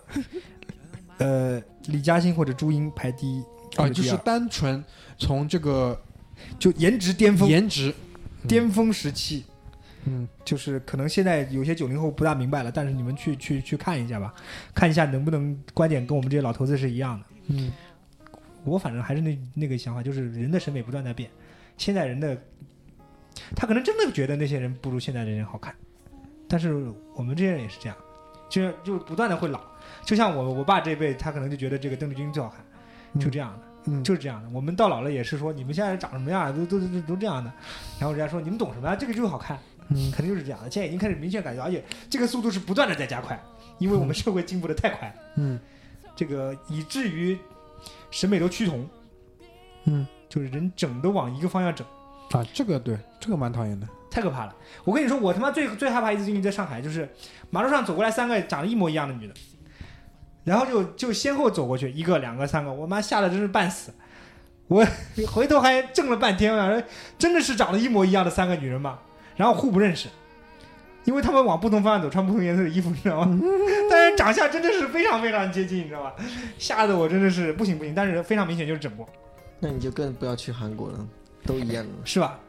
[SPEAKER 3] 呃，李嘉欣或者朱茵排第一
[SPEAKER 2] 啊，
[SPEAKER 3] 或者
[SPEAKER 2] 就
[SPEAKER 3] 第
[SPEAKER 2] 是
[SPEAKER 3] 二
[SPEAKER 2] 单纯从这个
[SPEAKER 3] 就颜值巅峰
[SPEAKER 2] 嗯颜值，
[SPEAKER 3] 巅峰时期，
[SPEAKER 2] 嗯，
[SPEAKER 3] 就是可能现在有些九零后不大明白了，但是你们去去去看一下吧，看一下能不能观点跟我们这些老头子是一样的。
[SPEAKER 2] 嗯，
[SPEAKER 3] 我反正还是那那个想法，就是人的审美不断在变，现在人的他可能真的觉得那些人不如现在的人好看，但是我们这些人也是这样，就是就是不断的会老，就像我我爸这一辈，他可能就觉得这个邓丽君最好看，就这样的。
[SPEAKER 2] 嗯
[SPEAKER 3] 就是这样的，我们到老了也是说，你们现在长什么样啊，都都都都这样的。然后人家说你们懂什么啊？这个就是好看，
[SPEAKER 2] 嗯
[SPEAKER 3] 肯定就是这样的。现在已经开始明显感觉，而且这个速度是不断的在加快，因为我们社会进步的太快了。
[SPEAKER 2] 嗯
[SPEAKER 3] 这个以至于审美都趋同，
[SPEAKER 2] 嗯，
[SPEAKER 3] 就是人整都往一个方向整，
[SPEAKER 2] 啊，这个对，这个蛮讨厌的。
[SPEAKER 3] 太可怕了。我跟你说，我他妈最最害怕一次经历在上海，就是马路上走过来三个长得一模一样的女的，然后就就先后走过去一个、两个、三个，我妈吓得真是半死。我 回头还怔了半天，我想说真的是长得一模一样的三个女人吗？然后互不认识，因为她们往不同方向走，穿不同颜色的衣服，你知道吗？但是长相真的是非常非常接近，你知道吧？吓得我真的是不行不行，但是非常明显就是整过，
[SPEAKER 4] 那你就更不要去韩国了，都一样 的。
[SPEAKER 3] 是吧？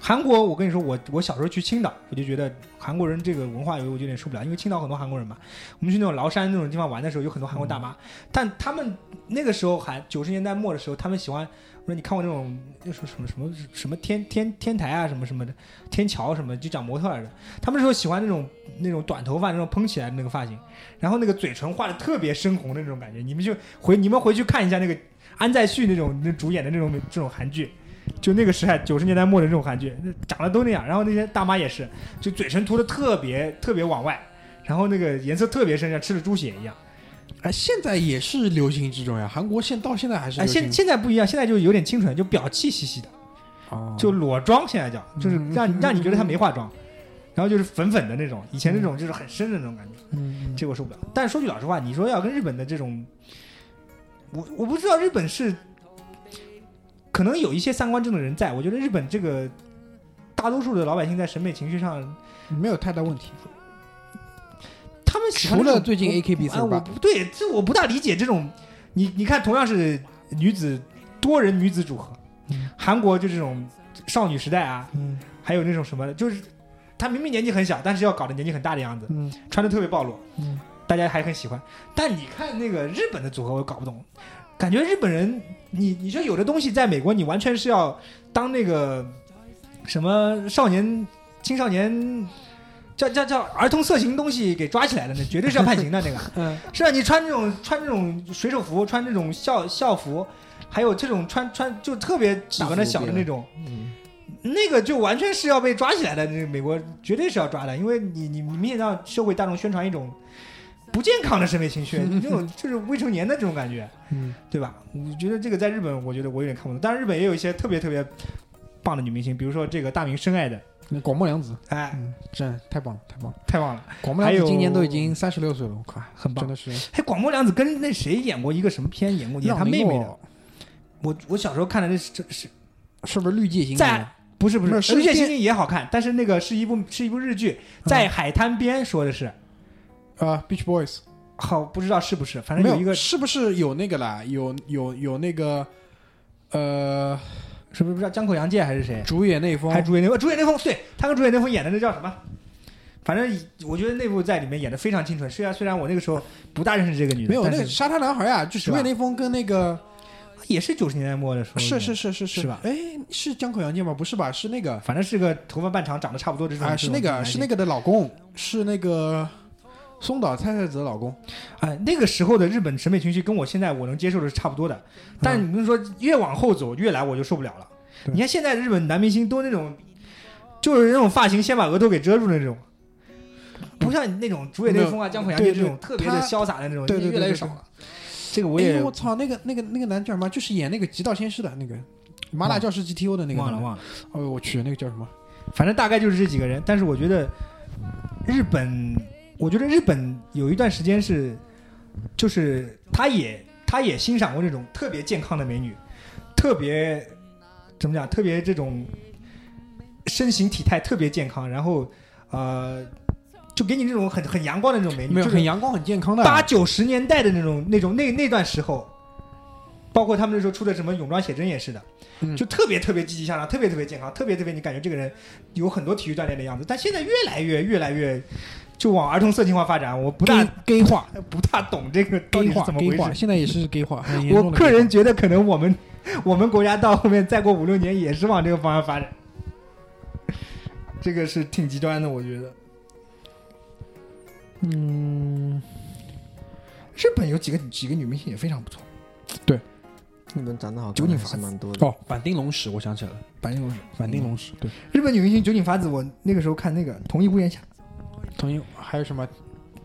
[SPEAKER 3] 韩国，我跟你说，我我小时候去青岛，我就觉得韩国人这个文化有我就有点受不了，因为青岛很多韩国人嘛。我们去那种崂山那种地方玩的时候，有很多韩国大妈，但他们那个时候还九十年代末的时候，他们喜欢我说你看过那种那什么什么什么什么天天天台啊什么什么的天桥什么，就讲模特儿的。他们那时候喜欢那种那种短头发那种蓬起来的那个发型，然后那个嘴唇画的特别深红的那种感觉。你们就回你们回去看一下那个安在旭那种那主演的那种这种韩剧。就那个时代，九十年代末的这种韩剧，那长得都那样。然后那些大妈也是，就嘴唇涂的特别特别往外，然后那个颜色特别深，像吃了猪血一样。
[SPEAKER 2] 哎，现在也是流行这种呀，韩国现啊到现在还是
[SPEAKER 3] 哎，
[SPEAKER 2] 流行
[SPEAKER 3] 现现在不一样，现在就有点清纯，就表气兮兮的，
[SPEAKER 2] 哦
[SPEAKER 3] 就裸妆，现在叫就是
[SPEAKER 2] 嗯
[SPEAKER 3] 让让你觉得她没化妆，然后就是粉粉的那种，以前那种就是很深的那种感觉，
[SPEAKER 2] 嗯
[SPEAKER 3] 这个我受不了。但是说句老实话，你说要跟日本的这种，我我不知道日本是，可能有一些三观正的人在，我觉得日本这个大多数的老百姓在审美情绪上
[SPEAKER 2] 没有太大问题。
[SPEAKER 3] 他们喜欢
[SPEAKER 2] 除了
[SPEAKER 3] 这种
[SPEAKER 2] 最近
[SPEAKER 3] 我
[SPEAKER 2] AKB
[SPEAKER 3] 哎，我
[SPEAKER 2] 48
[SPEAKER 3] 不对，这我不大理解这种。你你看，同样是女子多人女子组合，
[SPEAKER 2] 嗯
[SPEAKER 3] 韩国就这种少女时代啊，
[SPEAKER 2] 嗯
[SPEAKER 3] 还有那种什么的，就是她明明年纪很小，但是要搞得年纪很大的样子，
[SPEAKER 2] 嗯
[SPEAKER 3] 穿的特别暴露，
[SPEAKER 2] 嗯，
[SPEAKER 3] 大家还很喜欢。但你看那个日本的组合，我搞不懂，感觉日本人，你你说有的东西在美国，你完全是要当那个什么少年青少年。叫叫叫儿童色情东西给抓起来的，那绝对是要判刑的那个。
[SPEAKER 2] 嗯，
[SPEAKER 3] 是啊，你穿这种穿这种水手服，穿这种校校服，还有这种穿穿就特别打扮的小的那种，
[SPEAKER 4] 嗯，
[SPEAKER 3] 那个就完全是要被抓起来的。那个美国绝对是要抓的，因为你你你明显让社会大众宣传一种不健康的审美情绪，那种就是未成年的这种感觉，
[SPEAKER 2] 嗯
[SPEAKER 3] 对吧？我觉得这个在日本，我觉得我有点看不懂。但是日本也有一些特别特别棒的女明星，比如说这个大明深爱的，
[SPEAKER 2] 那广末凉子，
[SPEAKER 3] 哎，
[SPEAKER 2] 嗯，真太棒了，太棒了！
[SPEAKER 3] 太棒了，
[SPEAKER 2] 广末
[SPEAKER 3] 还
[SPEAKER 2] 凉
[SPEAKER 3] 有
[SPEAKER 2] 子今年都已经三十六岁了，我靠，
[SPEAKER 3] 很棒
[SPEAKER 2] 真的是
[SPEAKER 3] 嘿，哎广末凉子跟那谁演过一个什么片？演过演她
[SPEAKER 2] 让
[SPEAKER 3] 妹
[SPEAKER 2] 林
[SPEAKER 3] 妹的
[SPEAKER 2] 诺。
[SPEAKER 3] 我我小时候看的那是这是
[SPEAKER 2] 是不是绿界行
[SPEAKER 3] 在
[SPEAKER 2] 人
[SPEAKER 3] 不是不是，
[SPEAKER 2] 不是嗯
[SPEAKER 3] 《绿界
[SPEAKER 2] 是
[SPEAKER 3] 心灵》也好看，但是那个是一部是一部日剧，在海滩边说的是，
[SPEAKER 2] 啊？Beach Boys
[SPEAKER 3] 好不知道是不是，反
[SPEAKER 2] 没
[SPEAKER 3] 正有一个
[SPEAKER 2] 是不是有那个啦？有有有那个呃，
[SPEAKER 3] 是不是不知道江口洋介还是谁，
[SPEAKER 2] 主演那一方
[SPEAKER 3] 还主演那个主演那封对他跟主演那封演的那叫什么？反正我觉得那部在里面演的非常清纯，虽然虽然我那个时候不大认识这个女的，
[SPEAKER 2] 没有
[SPEAKER 3] 但
[SPEAKER 2] 那个
[SPEAKER 3] 是
[SPEAKER 2] 沙滩男孩啊，就是主
[SPEAKER 3] 吧
[SPEAKER 2] 演那封跟那个
[SPEAKER 3] 啊也是九十年代末的时候，
[SPEAKER 2] 是是，是是
[SPEAKER 3] 是吧
[SPEAKER 2] 哎，是江口洋介吗？不是吧？是那个
[SPEAKER 3] 反正是个头发半长，长得差不多这种
[SPEAKER 2] 啊，是那个是那
[SPEAKER 3] 个
[SPEAKER 2] 个的老公，是那个松岛菜菜子的老公。
[SPEAKER 3] 哎，那个时候的日本审美情绪跟我现在我能接受的是差不多的，但你们说越往后走，越来我就受不了了。
[SPEAKER 2] 嗯对
[SPEAKER 3] 你看现在日本男明星都那种，就是那种发型先把额头给遮住的那种，
[SPEAKER 2] 嗯
[SPEAKER 3] 不像你那种竹野内丰啊、江口洋介
[SPEAKER 2] 对
[SPEAKER 3] 这
[SPEAKER 2] 对
[SPEAKER 3] 种特别的
[SPEAKER 2] 他
[SPEAKER 3] 潇洒的那种，
[SPEAKER 2] 对对对
[SPEAKER 3] 哦越来越
[SPEAKER 2] 对
[SPEAKER 3] 少了。
[SPEAKER 2] 这个
[SPEAKER 3] 我
[SPEAKER 2] 哎
[SPEAKER 3] 也
[SPEAKER 2] 呦、我操，那个那个那个男叫什么？就是演那个《极道先师》的那个麻辣教师 GTO 的那个
[SPEAKER 3] 忘了
[SPEAKER 2] 男的。
[SPEAKER 3] 忘了，
[SPEAKER 2] 哦，我去，那个叫什么？
[SPEAKER 3] 反正大概就是这几个人。但是我觉得日本，我觉得日本有一段时间是，就是他也他也欣赏过这种特别健康的美女，特别怎么讲？特别这种身形体态特别健康，然后呃，就给你这种很很阳光的那种美女，
[SPEAKER 2] 没有，
[SPEAKER 3] 就是
[SPEAKER 2] 很阳光、很健康的。
[SPEAKER 3] 八九十年代的那种那种那那段时候，包括他们那时候出的什么泳装写真也是的，
[SPEAKER 2] 嗯
[SPEAKER 3] 就特别特别积极向上，特别特别健康，特别特别你感觉这个人有很多体育锻炼的样子，但现在越来越越来越就往儿童色情化发展，我不大
[SPEAKER 2] gay 化
[SPEAKER 3] 不大懂这个到底
[SPEAKER 2] gay
[SPEAKER 3] 是
[SPEAKER 2] 化
[SPEAKER 3] 怎么
[SPEAKER 2] gay
[SPEAKER 3] 回
[SPEAKER 2] 化，
[SPEAKER 3] 事。
[SPEAKER 2] 现在也是 gay 化。很严重
[SPEAKER 3] 我
[SPEAKER 2] 的
[SPEAKER 3] 个
[SPEAKER 2] gay
[SPEAKER 3] 人
[SPEAKER 2] 化
[SPEAKER 3] 觉得可能我们 我们国家到后面再过五六年也是往这个方向发展，这个是挺极端的，我觉得。
[SPEAKER 2] 嗯，
[SPEAKER 3] 日本有几个几个女明星也非常不错，
[SPEAKER 4] 日本长得好
[SPEAKER 2] 九
[SPEAKER 4] 看
[SPEAKER 2] 井
[SPEAKER 4] 还
[SPEAKER 2] 法
[SPEAKER 4] 是蛮多的。
[SPEAKER 2] 哦，反町隆史，我想起来了，
[SPEAKER 3] 反正我
[SPEAKER 2] 反町隆史。对，
[SPEAKER 3] 日本女明星酒井法子，我那个时候看那个《同一屋檐下
[SPEAKER 2] 同一还有什么？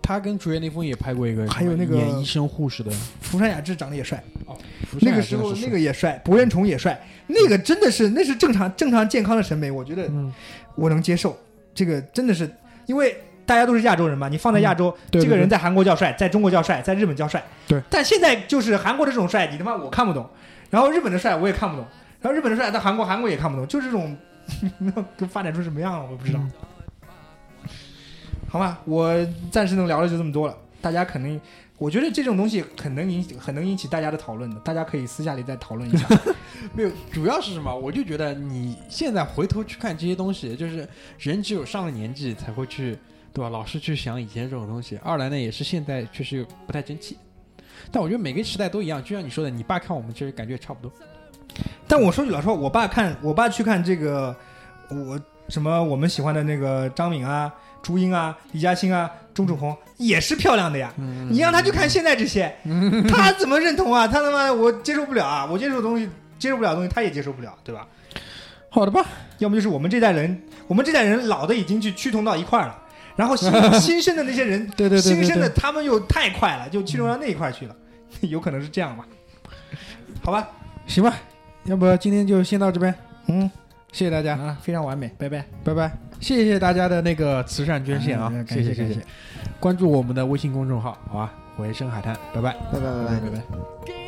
[SPEAKER 2] 他跟竹原那丰也拍过一个，
[SPEAKER 3] 还有那个
[SPEAKER 2] 演医生护士的》，，
[SPEAKER 3] 福山雅治长得也帅，
[SPEAKER 2] 福山
[SPEAKER 3] 那
[SPEAKER 2] 雅
[SPEAKER 3] 个
[SPEAKER 2] 治
[SPEAKER 3] 时候
[SPEAKER 2] 是
[SPEAKER 3] 那个也帅，博人崇也帅，那个真的是那是正常正常健康的审美，我觉得
[SPEAKER 2] 嗯，
[SPEAKER 3] 我能接受。这个真的是因为大家都是亚洲人嘛，你放在亚洲，
[SPEAKER 2] 嗯对
[SPEAKER 3] 这个人
[SPEAKER 2] 在
[SPEAKER 3] 在韩国叫帅，在中国叫帅，在日本叫帅，
[SPEAKER 2] 对。
[SPEAKER 3] 但现在就是韩国的这种帅，你他妈我看不懂。然后日本的帅我也看不懂，然后日本的帅到韩国，韩国也看不懂，就这种 都发展出什么样了，我也不知道。
[SPEAKER 2] 嗯
[SPEAKER 3] 好吧，我暂时能聊的就这么多了，大家肯定。我觉得这种东西很能引起很能引起大家的讨论的，大家可以私下里再讨论一下。
[SPEAKER 2] 没有，主要是什么？我就觉得你现在回头去看这些东西，就是人只有上了年纪才会去，对吧？老是去想以前这种东西。二来呢，也是现在确实不太争气。但我觉得每个时代都一样，就像你说的，你爸看我们其实感觉也差不多。
[SPEAKER 3] 但我说句老实话，我爸看我爸去看这个，我什么我们喜欢的那个张敏啊、朱茵啊、李嘉欣啊、钟楚红也是漂亮的呀。
[SPEAKER 2] 嗯
[SPEAKER 3] 你让他去看现在这些，他怎么认同啊？他他妈我接受不了啊！我接受的东西接受不了的东西，他也接受不了，对吧？
[SPEAKER 2] 好的吧？
[SPEAKER 3] 要么就是我们这代人，我们这代人老的已经去趋同到一块儿了，然后新 新生的那些人，
[SPEAKER 2] 对对对对
[SPEAKER 3] 新生的
[SPEAKER 2] 对
[SPEAKER 3] 他们又太快了，就趋同到那一块儿去了， 有可能是这样吧？好吧，
[SPEAKER 2] 行吧，要不今天就先到这边，
[SPEAKER 3] 嗯
[SPEAKER 2] 谢谢大家，
[SPEAKER 3] 啊，非常完美，拜拜。
[SPEAKER 2] 拜拜，谢谢大家的那个慈善捐献啊，
[SPEAKER 3] 嗯感
[SPEAKER 2] 谢
[SPEAKER 3] 谢
[SPEAKER 2] 谢谢
[SPEAKER 3] 感
[SPEAKER 2] 谢
[SPEAKER 3] 谢，
[SPEAKER 2] 关注我们的微信公众号，好吧，回声海滩，拜拜。
[SPEAKER 4] 拜拜拜拜
[SPEAKER 3] 拜拜。
[SPEAKER 1] 给